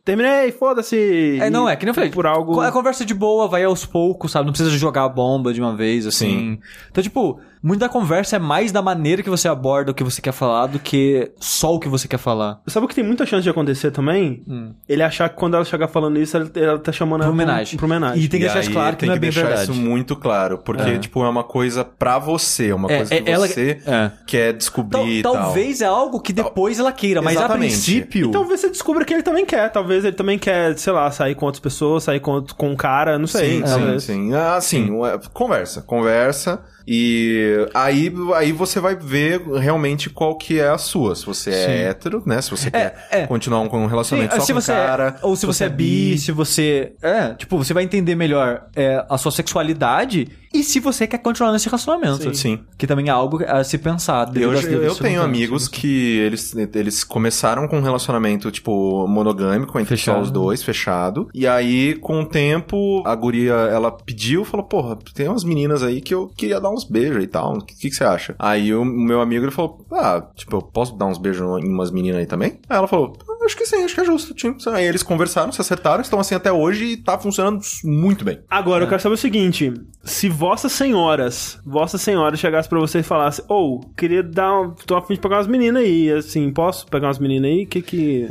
Terminei, foda-se! É, não, é que nem eu falei. Por algo. A conversa de boa vai aos poucos, sabe? Não precisa jogar a bomba de uma vez, assim. Então, tipo, muito da conversa é mais da maneira que você aborda o que você quer falar do que só o que você quer falar. Sabe o que tem muita chance de acontecer também? Hum. Ele achar que quando ela chegar falando isso, ela, ela tá chamando Pra ela homenagem. Pra, pra homenagem. E tem que deixar isso aí claro que tem não é que bem deixar verdade. isso muito claro, porque, tipo, é uma coisa pra você, é uma É, coisa que é, ela- você é. quer Tal- descobrir e tal. talvez é algo que depois ela queira, mas Exatamente. Então, a princípio. E talvez você descubra que ele também quer. Talvez ele também quer, sei lá, sair com outras pessoas, sair com, outro- com um cara, não sei. Sim, sim, talvez. sim. Ah, sim, ué, conversa, conversa. E aí, aí você vai ver realmente qual que é a sua. Se você é hétero, né? Se você quer é. continuar um, um Sim, relacionamento só se com você é- cara. ou se você é bi, se você é, tipo, você vai entender melhor é, a sua sexualidade e se você quer continuar nesse relacionamento. Sim. Que também é algo a se pensar. devido Eu, às eu, devidas tenho circunstâncias. amigos que eles, eles começaram com um relacionamento, tipo, monogâmico entre só Fechado. os dois, fechado. E aí, com o tempo, a guria, ela pediu, falou, porra, tem umas meninas aí que eu queria dar uns beijos e tal. O que, que que você acha? Aí o meu amigo, ele falou, ah, tipo, eu posso dar uns beijos em umas meninas aí também? Aí ela falou, "Ah, acho que sim, acho que é justo. Tipo, aí eles conversaram, se acertaram, estão assim até hoje e tá funcionando muito bem. Agora, eu quero saber o seguinte: se vossas senhoras, vossas senhoras chegasse pra você e falasse, ou, queria dar. um- tô a fim de pegar umas meninas aí, assim, posso pegar umas meninas aí? Que que.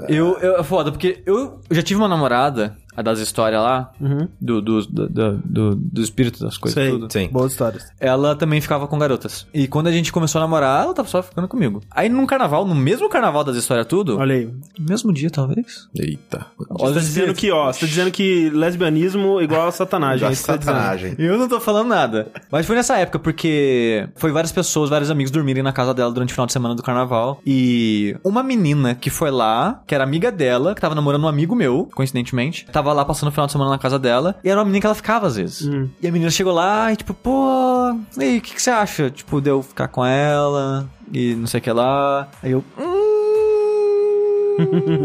é Eu, eu, é foda, porque eu já tive uma namorada a das histórias lá, do, do, do, do, do- do espírito das coisas. Sei. Tudo. Sim. Boas histórias. Ela também ficava com garotas. E quando a gente começou a namorar, ela tava só ficando comigo. Aí num carnaval, no mesmo carnaval das histórias tudo, Olha aí. mesmo dia talvez. Eita. Você tá esse dizendo dedo. que, ó, você tá dizendo que lesbianismo é igual a satanagem. é Da isso que você tá dizendo. satanagem. Eu não tô falando nada. Mas foi nessa época, porque foi várias pessoas, vários amigos dormirem na casa dela durante o final de semana do carnaval. E uma menina que foi lá, que era amiga dela, que tava namorando um amigo meu, coincidentemente, tava lá passando o final de semana na casa dela. E era uma menina que ela ficava às vezes. Hum. E a menina chegou lá e tipo, pô, e aí, o que, que você acha? Tipo, de eu ficar com ela e não sei o que lá. Aí eu. Hum,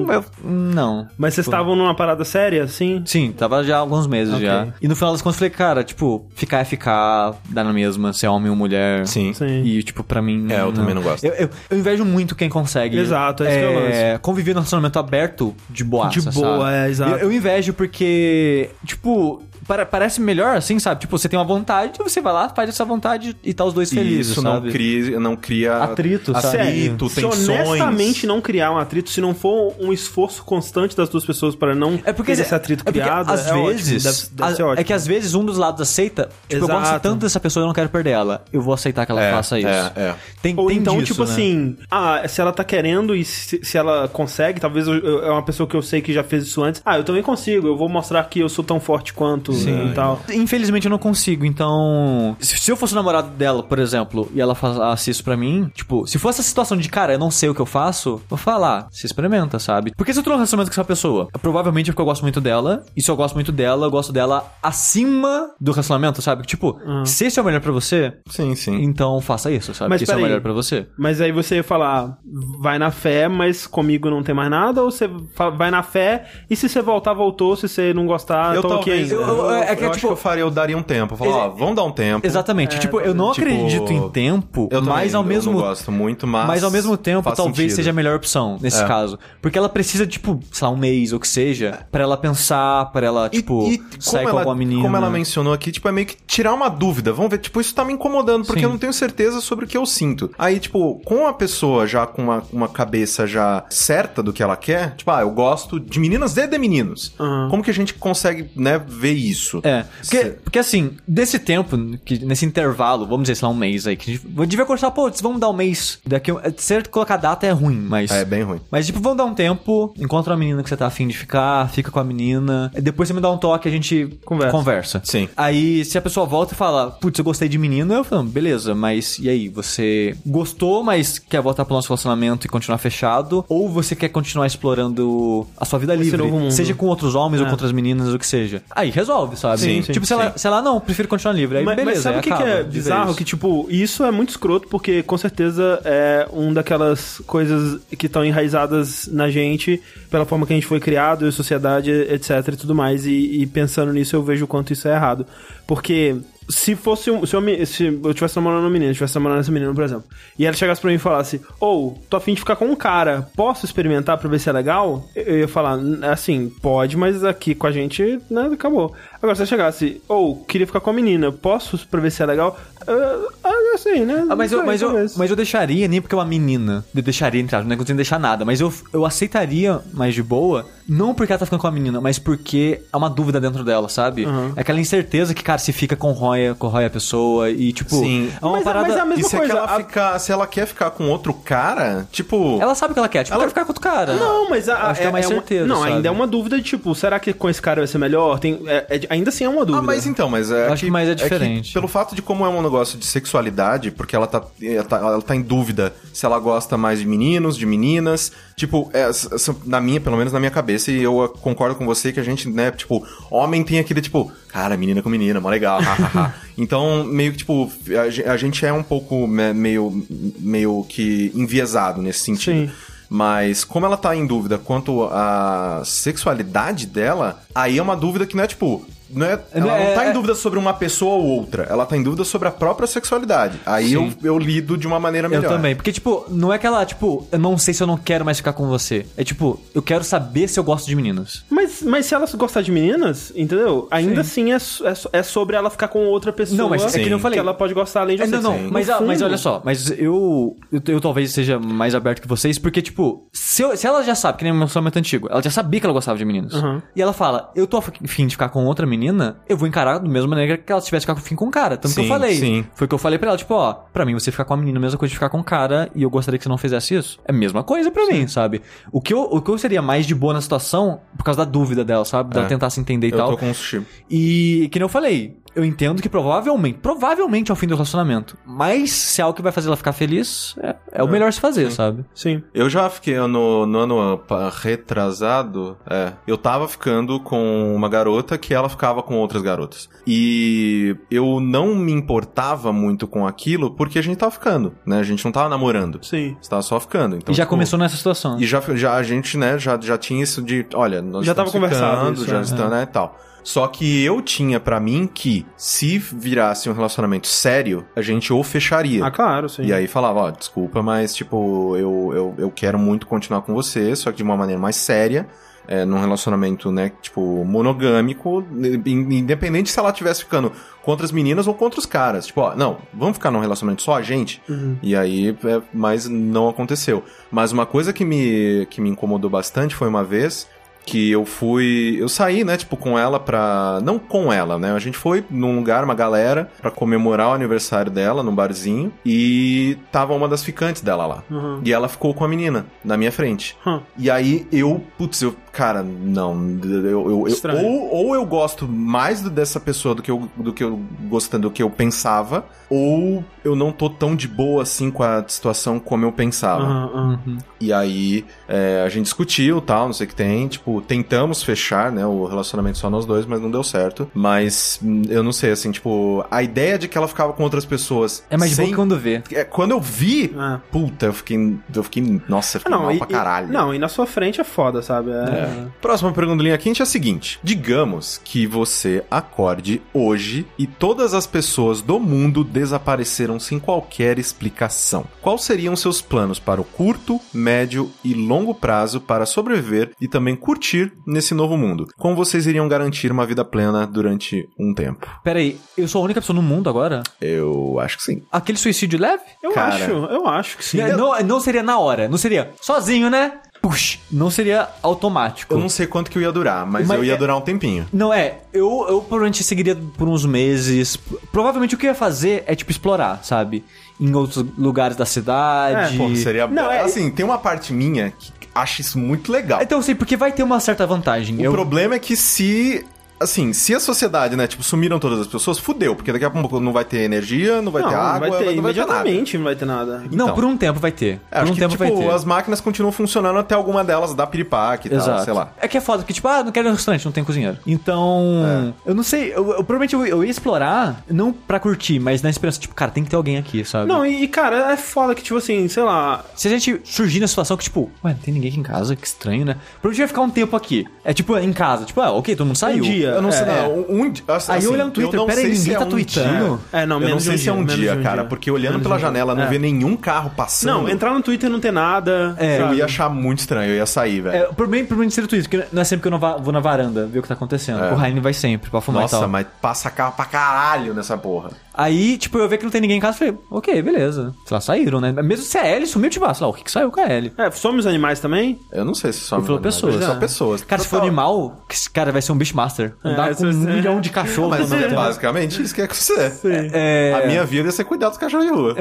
eu não. Mas vocês estavam numa parada séria, assim? Sim, tava já há alguns meses Ok. já. E no final das contas eu falei, cara, tipo, ficar é ficar, dá na mesma, se é homem ou mulher. Sim. Sim. E, tipo, pra mim. É, eu também não gosto. Eu, eu, eu invejo muito quem consegue. Exato, é isso que é o Conviver num relacionamento aberto de boa. De boa, é, exato. Eu, eu invejo porque, tipo. para- parece melhor assim, sabe? Tipo, você tem uma vontade, você vai lá, faz essa vontade e tá os dois E felizes, isso sabe? não cria, não cria Atrito, sabe? atrito se tensões. honestamente não criar um atrito, se não for um esforço constante das duas pessoas para não É porque ter esse atrito é porque, criado, às é ótimo, vezes, deve- deve a- ser ótimo. é que às vezes um dos lados aceita, tipo, eu gosto Exato. tanto dessa pessoa, eu não quero perder ela. Eu vou aceitar que ela É, faça isso. é, é. Tem, Ou tem então, disso, tipo né? assim, ah, se ela tá querendo e se, se ela consegue, talvez eu- eu- é uma pessoa que eu sei que já fez isso antes. Ah, eu também consigo, eu vou mostrar que eu sou tão forte quanto e tal. Infelizmente eu não consigo, então. Se se eu fosse o namorado dela, por exemplo, e ela falasse isso pra mim, tipo, se fosse essa situação de cara, eu não sei o que eu faço, eu vou falar, se experimenta, sabe? Porque se eu tô num relacionamento com essa pessoa, provavelmente é porque eu gosto muito dela, e se eu gosto muito dela, eu gosto dela acima do relacionamento, sabe? Tipo, Ah. se esse é o melhor pra você, Sim, sim. então faça isso, sabe? Mas Porque isso é o peraí. melhor pra você. Mas aí você ia falar, vai na fé, mas comigo não tem mais nada? Ou você fa- vai na fé e se você voltar, voltou, se você não gostar, tá eu tô aqui talvez- ainda? eu- eu- é que, Eu eu tipo, acho que eu eu faria, eu daria um tempo. Falar, ó, vamos dar um tempo. Exatamente. tipo, eu não Tipo, acredito em tempo, Eu também mas ao mesmo eu não gosto muito, mas. Mas ao mesmo tempo, faz talvez sentido. É. seja a melhor opção nesse caso. Porque ela precisa, tipo, sei lá, um mês ou que seja, pra ela pensar, pra ela, E- tipo, e sair com ela, alguma menina. Como ela mencionou aqui, tipo, é meio que tirar uma dúvida. Vamos ver, tipo, isso tá me incomodando, porque Sim. eu não tenho certeza sobre o que eu sinto. Aí, tipo, com a pessoa já com uma, uma cabeça já certa do que ela quer, tipo, ah, eu gosto de meninas e de meninos. Como que a gente consegue, né, ver isso? É, porque, Sim. porque assim, desse tempo, que, nesse intervalo, vamos dizer, sei lá, um mês aí, que a gente devia conversar, pô, vamos dar um mês. Daqui, um- é, certo, colocar data é ruim, mas... É, bem ruim. Mas, tipo, vamos dar um tempo, encontra uma menina que você tá afim de ficar, fica com a menina, depois você me dá um toque a gente Conversa. Sim. Aí, se a pessoa volta e fala, putz, eu gostei de menina, eu falo, beleza, mas e aí? Você gostou, mas quer voltar pro nosso relacionamento e continuar fechado? Ou você quer continuar explorando a sua vida livre? novo mundo. É. Seja com outros homens ou com outras meninas, o que seja. Aí resolve, sabe? Sim, sim, tipo, sei, lá, sei lá, não, prefiro continuar livre. Aí Mas, beleza. mas sabe aí o que, que acaba é de bizarro? vez. Que, tipo, isso é muito escroto, porque com certeza é um daquelas coisas que estão enraizadas na gente, pela forma que a gente foi criado, e sociedade, etc e tudo mais. E, e pensando nisso, eu vejo o quanto isso é errado. Porque. Se fosse um. Se eu, me- se eu tivesse namorando uma menina, tivesse namorando essa menina, por exemplo, e ela chegasse pra mim e falasse, ou, tô afim de ficar com um cara, posso experimentar pra ver se é legal? Eu ia falar, "N- assim, pode, mas aqui com a gente, né, acabou. Agora, se eu chegasse, ou, queria ficar com a menina, posso pra ver se é legal? Ah, ah, assim, né? Ah, mas, não eu, sei, mas, eu, talvez. mas eu deixaria, nem porque é uma menina. Eu deixaria, entre aspas, não é que eu tenho que deixar nada. Mas eu, eu aceitaria mais de boa, não porque ela tá ficando com a menina, mas porque há uma dúvida dentro dela, sabe? É Aquela incerteza que, cara, se fica com roia, com roia a pessoa e, tipo... Sim. É uma Mas é- parada... mas é a mesma e se, é que coisa, ela a- ficar, se ela quer ficar com outro cara, tipo. Ela sabe o que ela quer, tipo, ela... quer ficar com outro cara. Não, mas a, Acho que é mais uma- certeza, Não, sabe? ainda é uma dúvida de tipo, será que com esse cara vai ser melhor? Tem, é- é de- ainda assim é uma dúvida. Ah, mas então, mas é. Eu acho que mais é diferente. pelo fato de como é um negócio de sexualidade, porque ela tá, ela tá, ela tá em dúvida se ela gosta mais de meninos, de meninas. Tipo, é, s- s- na minha, pelo menos na minha cabeça, e eu eh, concordo com você que a gente, né, tipo, homem tem aquele tipo, cara, menina com menina, mó legal. hahaha. então, meio que, tipo, a, ge- a gente é um pouco me- meio, meio que enviesado nesse sentido. Sim. Mas como ela tá em dúvida quanto à sexualidade dela, aí é uma dúvida que não é tipo, não é, ela É- não tá é- em dúvida sobre uma pessoa ou outra. Ela tá em dúvida sobre a própria sexualidade. Aí eu, Sim. eu lido de uma maneira melhor. Eu também. Porque, tipo, não é aquela, tipo, eu não sei se eu não quero mais ficar com você. É tipo, eu quero saber se eu gosto de meninos. Mas, mas se ela gostar de meninas, entendeu? Ainda assim é, so- é so- é sobre ela ficar com outra pessoa. Não, mas é que nem eu falei. ela pode gostar além de É, você. não, não, No mas, a- mas fundo- olha só, mas eu, eu, eu talvez seja mais aberto que vocês, porque, tipo, se, eu- se ela já sabe, que nem o meu relacionamento antigo, ela já sabia que ela gostava de meninos. Uhum. E ela fala, eu tô afim de ficar com outra menina, eu vou encarar da mesma maneira que ela tivesse ficar com- afim com um cara. Tanto que eu Sim, falei. sim. Foi o que eu falei pra ela, tipo, ó, pra mim você ficar com a menina é a mesma coisa de ficar com um cara, e eu gostaria que você não fizesse isso. É a mesma coisa pra mim, sabe? O que, eu, o que eu seria mais de boa na situação, por causa da dúvida dela, sabe? Dela É. tentar se entender e Eu tal. tô com um sushi. E que nem eu falei, eu entendo que provavelmente, provavelmente é o fim do relacionamento. Mas se é algo que vai fazer ela ficar feliz, é, é o melhor se fazer, sabe? Sim. Eu já fiquei no, no ano pa- retrasado. É. Eu tava ficando com uma garota que ela ficava com outras garotas. E eu não me importava muito com aquilo porque a gente tava ficando, né? A gente não tava namorando. Sim. Você tava só ficando. Então, e já tipo, começou nessa situação. E já, já a gente, né, já, já tinha isso de, olha, nós Já tava estamos ficando, conversado isso, já é. estamos, né, e tal. Só que eu tinha pra mim que se virasse um relacionamento sério, a gente ou fecharia. Ah, claro, sim. E aí falava, ó, desculpa, mas tipo, eu, eu, eu quero muito continuar com você, só que de uma maneira mais séria, é, num relacionamento, né, tipo, monogâmico, in- independente se ela estivesse ficando contra as meninas ou contra os caras. Tipo, ó, não, vamos ficar num relacionamento só a gente? Uhum. E aí, é, mas não aconteceu. Mas uma coisa que me, que me incomodou bastante foi uma vez que eu fui. Eu saí, né, tipo, com ela pra. Não com ela, né? A gente foi num lugar, uma galera, pra comemorar o aniversário dela, num barzinho. E tava uma das ficantes dela lá. Uhum. E ela ficou com a menina, na minha frente. Hum. E aí eu, putz, eu, cara, não, eu, eu, eu Estranho. ou, ou eu gosto mais do- dessa pessoa do que eu do que eu gostando do que eu pensava, ou eu não tô tão de boa assim com a situação como eu pensava. Aham, aham. E aí é, a gente discutiu tal, não sei o que tem. Tipo, tentamos fechar, né? O relacionamento só nós dois, mas não deu certo. Mas hum, eu não sei, assim, tipo, a ideia de que ela ficava com outras pessoas. É mais de boa sem... que quando vê. é, quando eu vi, Ah. puta, eu fiquei. Eu fiquei. Nossa, eu fiquei mal pra caralho. não, e na sua frente é foda, sabe? É. Próxima pergunta do linha quente é a seguinte: digamos que você acorde hoje e todas as pessoas do mundo desapareceram sem qualquer explicação. Quais seriam seus planos para o curto, médio e longo prazo para sobreviver e também curtir nesse novo mundo? Como vocês iriam garantir uma vida plena durante um tempo? Pera aí, eu sou a única pessoa no mundo agora? Eu acho que sim. Aquele suicídio leve? Eu Cara. acho, eu acho que sim. Não- Não, não seria na hora, não seria sozinho, né? Puxa, não seria automático. Eu não sei quanto que eu ia durar, mas, Mas eu ia é- durar um tempinho. Não, é, eu, eu provavelmente seguiria por uns meses. Provavelmente o que eu ia fazer é, tipo, explorar, sabe? Em outros lugares da cidade. É, Pô, seria. Não, é- Assim, tem uma parte minha que acha isso muito legal. Então eu sei, porque vai ter uma certa vantagem. O eu... problema é que se. Assim, se a sociedade, né, tipo, sumiram todas as pessoas, fudeu, porque daqui a pouco não vai ter energia, não vai ter água, vai ter, não vai ter nada. imediatamente não vai ter nada. Não, Então. por um tempo vai ter. É, por acho um que, tempo tipo, vai ter. as máquinas continuam funcionando até alguma delas dá piripaque e tal, Exato. sei lá. É que é foda, porque, tipo, ah, não quero ir no restaurante, não tem cozinheiro. Então, É. eu não sei, eu, eu provavelmente eu, eu ia explorar, não pra curtir, mas na esperança, tipo, cara, tem que ter alguém aqui, sabe? Não, e, e, cara, é foda que, tipo assim, sei lá. Se a gente surgir na situação que, tipo, ué, não tem ninguém aqui em casa, que estranho, né? Provavelmente vai ficar um tempo aqui. É tipo, em casa, tipo, ah, ok, todo mundo saiu. dia. Eu não É, sei, é. não, um, um- assim, Aí eu olhando no eu Twitter, não pera aí, sei se ninguém é tá um tweetando? dia. É, não, eu não menos de sei um se é dia, um menos dia, de um cara, dia. porque olhando Menos pela de um dia. janela, não É. vê nenhum carro passando. Não, entrar no Twitter não ter nada. É, Eu sabe? ia achar muito estranho, eu ia sair, velho. É, por mim, por mim seria Twitter, porque não é sempre que eu não va- vou na varanda ver o que tá acontecendo. O Raine vai sempre pra fumar e É. Nossa, tal. mas passa carro pra caralho nessa porra. Aí, tipo, eu ver que não tem ninguém em casa, falei, ok, beleza. Sei lá, saíram, né? Mesmo se a Ellie sumiu, tipo, ah, sei lá, o que que saiu com a Ellie? É, some os animais também? Eu não sei se só Ele falou pessoas. São É. pessoas. Cara, se for Total. animal, que esse cara vai ser um Beastmaster. Andar É, com um se você- milhão de cachorros. Mas ao mesmo é tempo. basicamente isso que é que você é. É, A minha vida é ser cuidar dos cachorros de rua.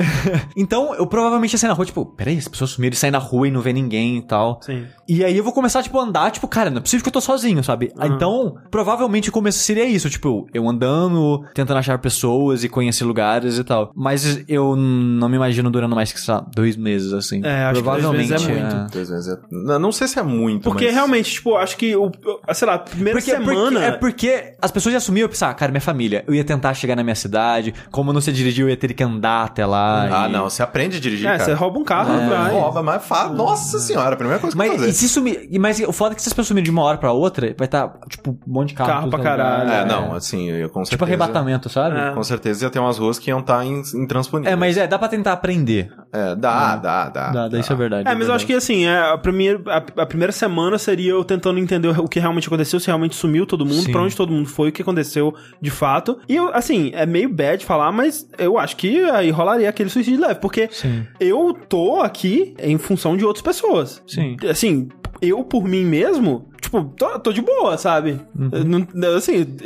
Então, eu provavelmente ia sair na rua, tipo, peraí, as pessoas sumiram e saem na rua e não vê ninguém e tal. Sim. E aí eu vou começar, tipo, a andar, tipo, cara, não é possível que eu tô sozinho, sabe? Então, provavelmente o começo seria isso, tipo, eu andando, tentando achar pessoas e conhecer lugares e tal. Mas eu não me imagino durando mais que, sei lá, dois meses, assim. É, acho que dois provavelmente, meses é muito. Duas vezes é- Não não sei se é muito, Porque mas- realmente, tipo, acho que, o, sei lá, primeira Porque, semana. porque- é Porque as pessoas iam assumir, eu pensava, ah, cara, minha família, eu ia tentar chegar na minha cidade, como eu não sei dirigir, eu ia ter que andar até lá. Ah, e- não, você aprende a dirigir, É, cara. você rouba um carro e vai. Rouba, mas fala. Nossa senhora, a primeira coisa que Mas, eu fazer. e se sumir, e- mas o foda é que se as pessoas sumirem de uma hora pra outra, vai estar, tipo, um monte de carro. Carro em todo pra lugar. caralho. É, não, assim, eu com certeza. Tipo arrebatamento, sabe? É. Com certeza ia ter umas ruas que iam estar intransponíveis. É, mas é, dá pra tentar aprender. É, dá, dá, dá. dá, daí isso é verdade. É, mas eu acho que assim, é, a, primeira, a, a primeira semana seria eu tentando entender o que realmente aconteceu, se realmente sumiu todo mundo, Sim. pra onde todo mundo foi, o que aconteceu de fato. E eu, assim, é meio bad falar, mas eu acho que aí rolaria aquele suicídio leve, porque Sim. eu tô aqui em função de outras pessoas. Sim. Assim, eu por mim mesmo, tipo, tô, tô de boa, sabe? Eu não- não- Assim, Uhum.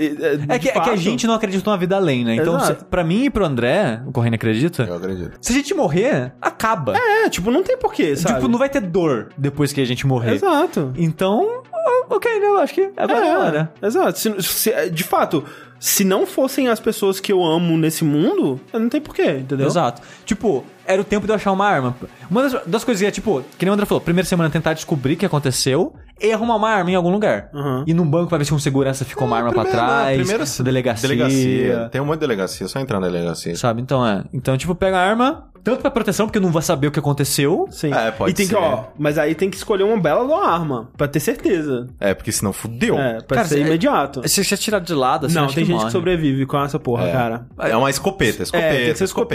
É que, é que a gente não acredita numa vida além, né? Então, Exato. se, pra mim e pro André, o Corrêa acredita, Eu acredito. se a gente morrer, acaba. É, tipo, não tem porquê, sabe? Tipo, não vai ter dor depois que a gente morrer. Exato. Então, ah, ok, né? Eu acho que agora é a hora. É, exato. Se- se- de fato, se não fossem as pessoas que eu amo nesse mundo, não tem porquê, entendeu? Exato. Tipo, era o tempo de eu achar uma arma. Uma das, das coisas que é, tipo, que nem o André falou, primeira semana tentar descobrir o que aconteceu e arrumar uma arma em algum lugar. Uhum. E num banco pra ver se um segurança ficou uma arma pra trás. primeira delegacia. Delegacia. Tem um monte de delegacia, só entrar na delegacia. Sabe? Então é. Então, tipo, pega a arma, tanto pra proteção, porque eu não vou saber o que aconteceu. Sim. É, pode e tem ser. que, ó, mas aí tem que escolher uma bela de uma arma, pra ter certeza. É, porque senão fudeu. É, pra Cara, ser é- imediato. Se você tirar de lado, assim, não, acho tem que gente morre. que sobrevive com essa porra, É. cara. É uma escopeta, escopeta. tem que ser escopetona,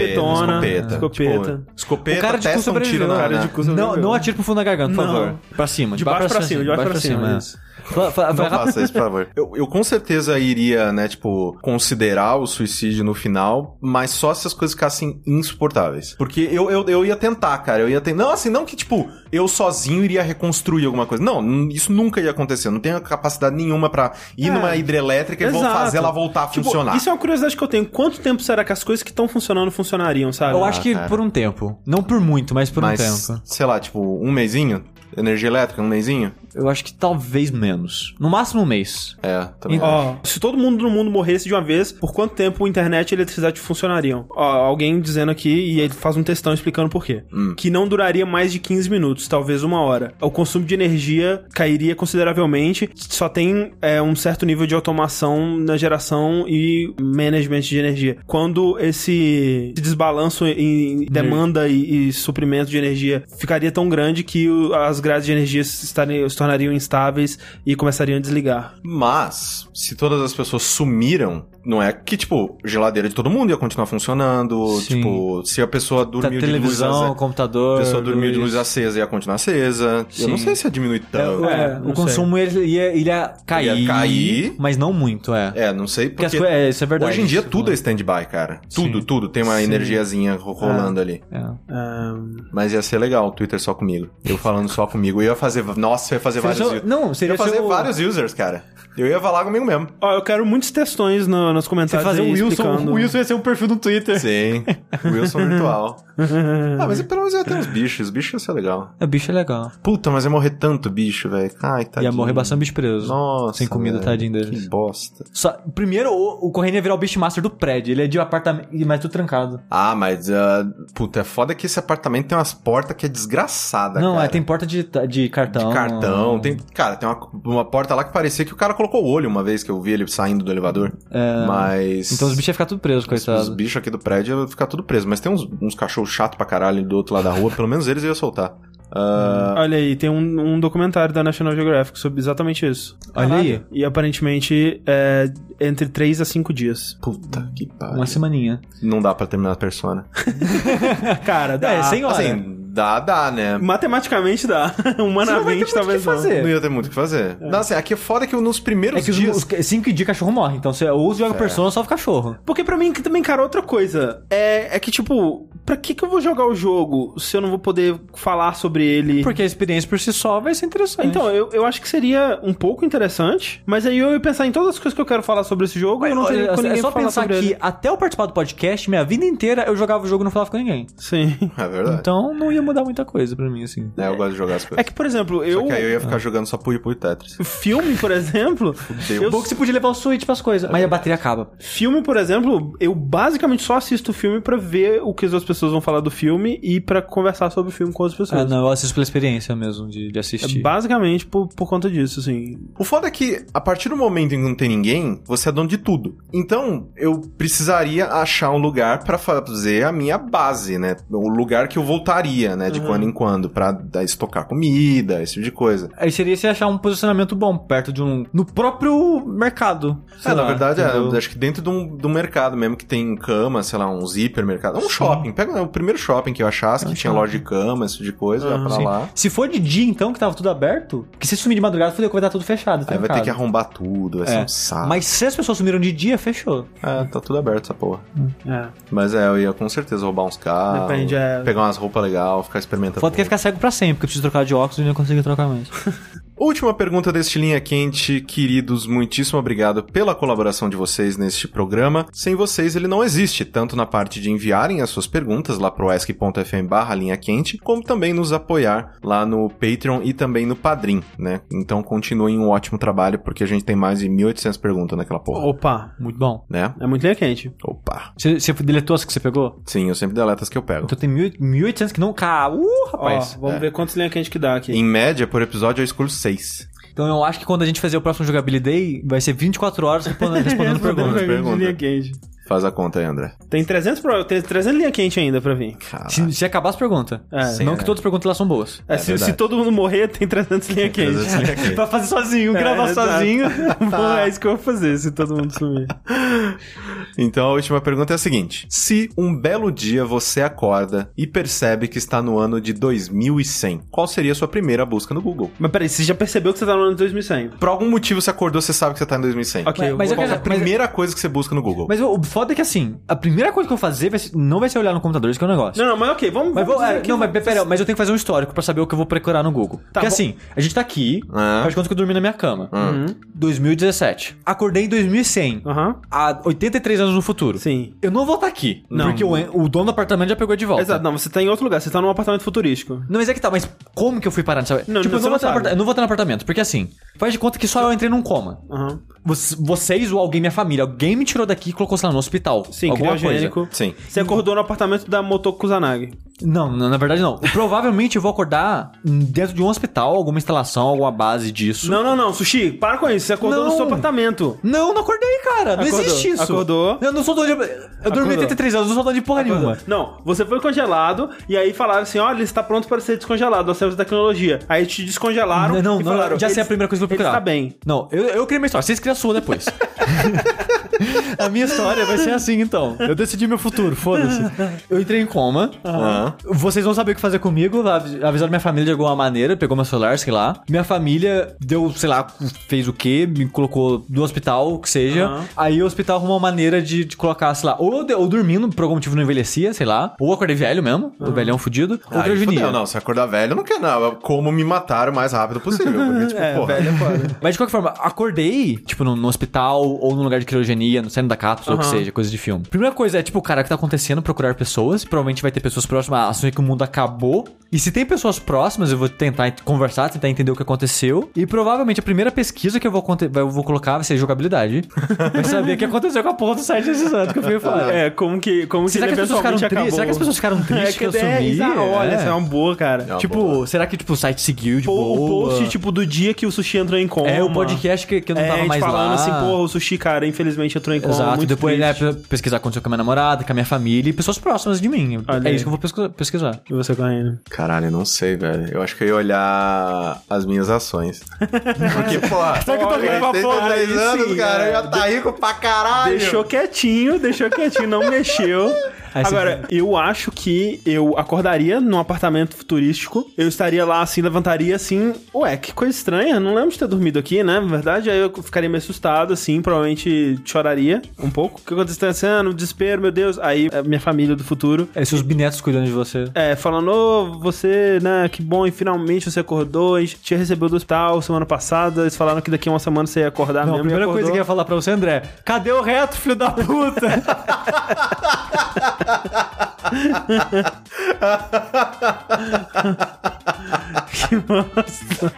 Escopeta. escopeta. Tipo, escopeta, O cara de cu testa um tiro sobreviveu, na cara né? de cu Não, sobreviveu. não atira pro fundo da garganta, por Não. favor. Pra cima. De baixo pra cima, de baixo pra cima, é. isso. Fa- fa- Não vai rápido. faça isso, por favor. Eu, eu com certeza iria, né, tipo, considerar o suicídio no final, mas só se as coisas ficassem insuportáveis. Porque eu, eu, eu ia tentar, cara. Eu ia tentar. Não, assim, não que, tipo, eu sozinho iria reconstruir alguma coisa. Não, n- isso nunca ia acontecer. Eu não tenho capacidade nenhuma pra ir É. numa hidrelétrica e vão Exato. fazer ela voltar a Tipo, funcionar. Isso é uma curiosidade que eu tenho. Quanto tempo será que as coisas que estão funcionando funcionariam, sabe? Eu acho que cara. por um tempo. Não por muito, mas por Ah, tá. mas, um tempo. sei lá, tipo, um mesinho? Energia elétrica, um mesinho? Eu acho que talvez menos. No máximo um mês. É, também. acho. Então, Ó, se todo mundo no mundo morresse de uma vez, por quanto tempo internet e eletricidade funcionariam? Ó, alguém dizendo aqui, e ele faz um textão explicando por quê. Que não duraria mais de 15 minutos, talvez uma hora. O consumo de energia cairia consideravelmente, só tem é, um certo nível de automação na geração e management de energia. Quando esse desbalanço em demanda e, e suprimento de energia ficaria tão grande que o- as grades de energia se, estariam- se tornariam instáveis e começariam a desligar. Mas, se todas as pessoas sumiram, não é que, tipo, geladeira de todo mundo ia continuar funcionando. Sim. Tipo, se a pessoa Tá, dormiu de luz televisão, acesa. computador. A pessoa dormiu de luz luz. acesa ia continuar acesa. Eu não Sim. sei se ia diminuir tanto. É, É, não o sei. consumo ele ia, ele ia cair. Ia cair. Mas não muito, é. não sei porque. Porque as coisas- é, isso é verdade. Hoje em dia isso, tudo é né? stand-by, cara. Sim. Tudo, tudo. Tem uma Sim. energiazinha ro- rolando ali. é. Ah, Mas ia ser legal o Twitter só comigo. Eu falando só comigo. Eu ia fazer. Nossa, eu ia fazer Seria vários. seu- u- Não, Eu seria ia fazer seu- vários users, cara. Eu ia falar comigo mesmo. Ó, eu quero muitos textões no- nos Você comentários. fazer aí o Wilson, explicando. o Wilson ia ser um perfil no Twitter. Sim. Wilson virtual. Ah, mas pelo menos ia ter uns bichos. Os bichos ia ser legal. É, bicho é legal. Puta, mas ia morrer tanto bicho, velho. Ai, tadinho. Ia morrer bastante bicho preso. Nossa. Sem comida, velho. tadinho deles. Que bosta. Só- primeiro, o, o Corrêa ia virar o Beastmaster do prédio. Ele é de um apartamento, mas tudo trancado. Ah, mas. ah, puta, é foda que esse apartamento tem umas portas que é desgraçada, não, cara. é, tem porta de, de cartão. De cartão. Tem, cara, tem uma, uma porta lá que parecia que o cara colocou o olho uma vez que eu vi ele saindo do elevador. É, Mas. Então os bichos iam ficar tudo presos, Os coitado. bichos aqui do prédio iam ficar tudo preso. Mas tem uns, uns cachorros chato pra caralho do outro lado da rua. pelo menos eles eu ia soltar. Ah, Olha aí, tem um, um documentário da National Geographic sobre exatamente isso. Olha aí. Caralho. E aparentemente é entre 3 a 5 dias. puta que pariu. Uma semaninha. Não dá pra terminar a persona. Cara, dá. É, sem hora. Assim, dá, dá, né? Matematicamente dá. Humanamente talvez não. Não ia ter muito o que fazer. Não, assim, aqui é foda que nos primeiros É que os, dias. os, cinco dias cachorro morre. Então você ou joga persona ou só cachorro. Porque pra mim que também, cara, outra coisa. É, é que, tipo, pra que, que eu vou jogar o jogo se eu não vou poder falar sobre ele? Porque a experiência por si só vai ser interessante. Então, eu, eu acho que seria um pouco interessante, mas aí eu ia pensar em todas as coisas que eu quero falar sobre esse jogo e eu não teria com é ninguém só pra falar pensar que sobre ele. até eu participar do podcast, minha vida inteira eu jogava o jogo e não falava com ninguém. Sim. É verdade. Então não ia mudar muita coisa pra mim, assim. É, eu gosto de jogar as coisas. É que, por exemplo, eu. Só que aí eu ia ficar jogando só Puyo Puyo Tetris. Filme, por exemplo. Deus. eu, Bom que você podia levar o Switch pras coisas. mas a bateria acaba. filme, por exemplo, eu basicamente só assisto filme pra ver o que as outras pessoas vão falar do filme e pra conversar sobre o filme com outras pessoas. Ah, não, eu assisto pela experiência mesmo de, de É assistir. basicamente por, por conta disso, assim. O foda é que, a partir do momento em que não tem ninguém, você é dono de tudo. Então, eu precisaria achar um lugar pra fazer a minha base, né? O lugar que eu voltaria, né? Uhum. De quando em quando, pra dar- estocar comida, esse tipo de coisa. Aí seria se achar um posicionamento bom, perto de um. No próprio mercado. sei é, na lá, verdade, é, entendeu? eu acho que dentro de um, de um mercado mesmo, que tem cama, sei lá, um zíper mercado. Um shopping. Pega o primeiro shopping que eu É achasse, que tinha loja de cama, esse tipo de coisa, vai pra um Uhum, Sim. lá. Se for de dia, então, que tava tudo aberto, que se sumir de madrugada, fodeu, que vai estar tudo fechado. tá Aí vai ter trancado. que arrombar tudo, vai ser É, um saco. Mas se as pessoas sumiram de dia, fechou. É, tá tudo aberto essa porra. É. Mas é, eu ia com certeza roubar uns carros. Depende, é. Pegar umas roupas legais, ficar experimentando. Foda que ia ficar cego pra sempre, porque eu preciso trocar de óculos e não consigo trocar mais. Última pergunta deste Linha Quente, queridos, muitíssimo obrigado pela colaboração de vocês neste programa. Sem vocês ele não existe, tanto na parte de enviarem as suas perguntas lá pro esc.fm barra linha quente, como também nos apoiar lá no Patreon e também no Padrim, né? Então continuem um ótimo trabalho, porque a gente tem mais de 1.800 perguntas naquela porra, Opa, Muito bom. né? é muito linha quente. Opa! Você, você deletou as que você pegou? Sim, eu sempre deleto as que eu pego. Então tem mil- 1.800 que não cá. Uh, rapaz. Ó, vamos é. ver quantos linha quente que dá aqui. Em média, por episódio, eu escolho seis. Então eu acho que quando a gente fazer o próximo Jogabilidade, vai ser 24 horas respondendo, respondendo Respondendo perguntas. pra mim de pergunta. linha quente. Faz a conta aí, André. Tem 300, pro- tem 300 linha quente ainda pra vir. Caralho. Se, se acabar as perguntas. É, Sim, não né? que todas as perguntas lá são boas. É, se, verdade. se todo mundo morrer, tem 300 linha quente. 300 linha quente. pra fazer sozinho, gravar É, exato. sozinho. Bom, é isso que eu vou fazer se todo mundo sumir. Então a última pergunta é a seguinte: se um belo dia você acorda e percebe que está no ano de 2100, qual seria a sua primeira busca no Google? Mas peraí, você já percebeu que você tá no ano de 2100? Por algum motivo você acordou, você sabe que você está em 2100. Ok, Mas- eu mas vou- eu Qual é a quero- mas- primeira coisa que você busca no Google? Mas o o foda é que assim, a primeira coisa que eu vou fazer vai ser- não vai ser olhar no computador, isso que é um negócio. Não, não, mas ok, vamos. Mas vou, vamos é, dizer que- não, mas pera, mas eu tenho que fazer um histórico pra saber o que eu vou procurar no Google. Porque bom. assim, a gente tá aqui, Ah. faz de conta que eu dormi na minha cama. Hum. Uhum. 2017. Acordei em 2100, Aham. há 83 anos no futuro. Sim. Eu não vou estar aqui, Não. porque o, o dono do apartamento já pegou de volta. Exato, não, você tá em outro lugar, você tá num apartamento futurístico. Não, mas é que tá, mas como que eu fui parar nessa... Não, você tipo, eu não, não vou estar no sabe. aparta- eu não vou estar no apartamento, porque assim, faz de conta que só eu entrei num coma. Aham. Você- vocês ou alguém, minha família, alguém me tirou daqui e colocou, sei lá, no hospital. Sim, alguma coisa. criogênico. Sim. Você acordou no apartamento da Motoko Kusanagi. Não, não, na verdade não. Eu provavelmente eu vou acordar dentro de um hospital, alguma instalação, alguma base disso. Não, não, não, Sushi, para com isso. Você acordou Não. no seu apartamento. Não, não acordei, cara. Não Acordou, existe isso. acordou. Eu não sou dono de. Eu dormi Acordou. 83 anos, não sou dono de porra nenhuma. Não, você foi congelado e aí falaram assim: olha, ele está pronto para ser descongelado, nós temos tecnologia. Aí te descongelaram Não, não, e não, falaram. já sei "Ele- a primeira coisa que eu vou ele está procurar. bem. Não, eu, eu criei minha história. Vocês criam a sua depois. a minha história vai ser assim, então. Eu decidi meu futuro, foda-se. Eu entrei em coma. Aham. Vocês vão saber o que fazer comigo. av- Avisaram minha família de alguma maneira, pegou meu celular, sei lá. Minha família deu, sei lá, fez o quê, me colocou no hospital, o que seja. Aham. Aí o hospital arrumou uma maneira de, de colocar, sei lá, ou eu, de- ou dormindo, por algum motivo não envelhecia, sei lá. Ou eu acordei velho mesmo, o velhão fudido. Ou Aí criogenía. fudeu, né? não, se acordar velho, eu não quero, não. Como me mataram o mais rápido possível. Porque, tipo, É, porra. Mas de qualquer forma, acordei, tipo, no, no hospital ou num lugar de criogenia, no saindo da cápsula, ou o que seja, coisa de filme. Primeira coisa é, tipo, cara, o que tá acontecendo? Procurar pessoas. Provavelmente vai ter pessoas próximas, assumir que o mundo acabou. E se tem pessoas próximas, eu vou tentar ent- conversar, tentar entender o que aconteceu. E provavelmente a primeira pesquisa que eu vou, conte- vai- eu vou colocar vai ser jogabilidade. vai saber o que aconteceu com a porra do site desses anos que eu fui falar. É, como que. Como Será que, ele as pessoas ficaram eventualmente acabou? tristes? Será que as pessoas ficaram tristes É, que eu é, sumi? exa- Olha, É. essa é uma boa, cara. É uma Tipo, boa. será que tipo, o site seguiu de Pô, boa? o post, tipo, do dia que o sushi entrou em coma. É, o podcast que, que eu não é, a tava gente mais falando lá. assim, porra, o sushi, cara, infelizmente entrou em coma. Exato, é muito depois né, triste. pe- pesquisar o que aconteceu com a minha namorada, com a minha família e pessoas próximas de mim. Olha é aí. isso que eu vou pesquisa- pesquisar. E você correndo. Caralho, eu não sei, velho. Eu acho que eu ia olhar as minhas ações. Porque, porra, que eu tô vendo uma porra aí, 10 anos, sim, cara, é. eu já tá rico pra caralho. Deixou quietinho, deixou quietinho, não mexeu. Aí você- Agora, eu acho que eu acordaria num apartamento futurístico. Eu estaria lá assim, levantaria assim. Ué, que coisa estranha. Não lembro de ter dormido aqui, né? Na verdade, aí eu ficaria meio assustado, assim. Provavelmente choraria um pouco. O que acontecendo? Desespero, meu Deus. Aí, é, minha família do futuro É seus binetos cuidando de você. É, falando, ô, você, né, que bom, e finalmente você acordou, a gente te recebeu do hospital semana passada, eles falaram que daqui a uma semana você ia acordar Não, a mesmo. e primeira acordou. coisa que eu ia falar pra você, André, cadê o reto, filho da puta? Que bosta.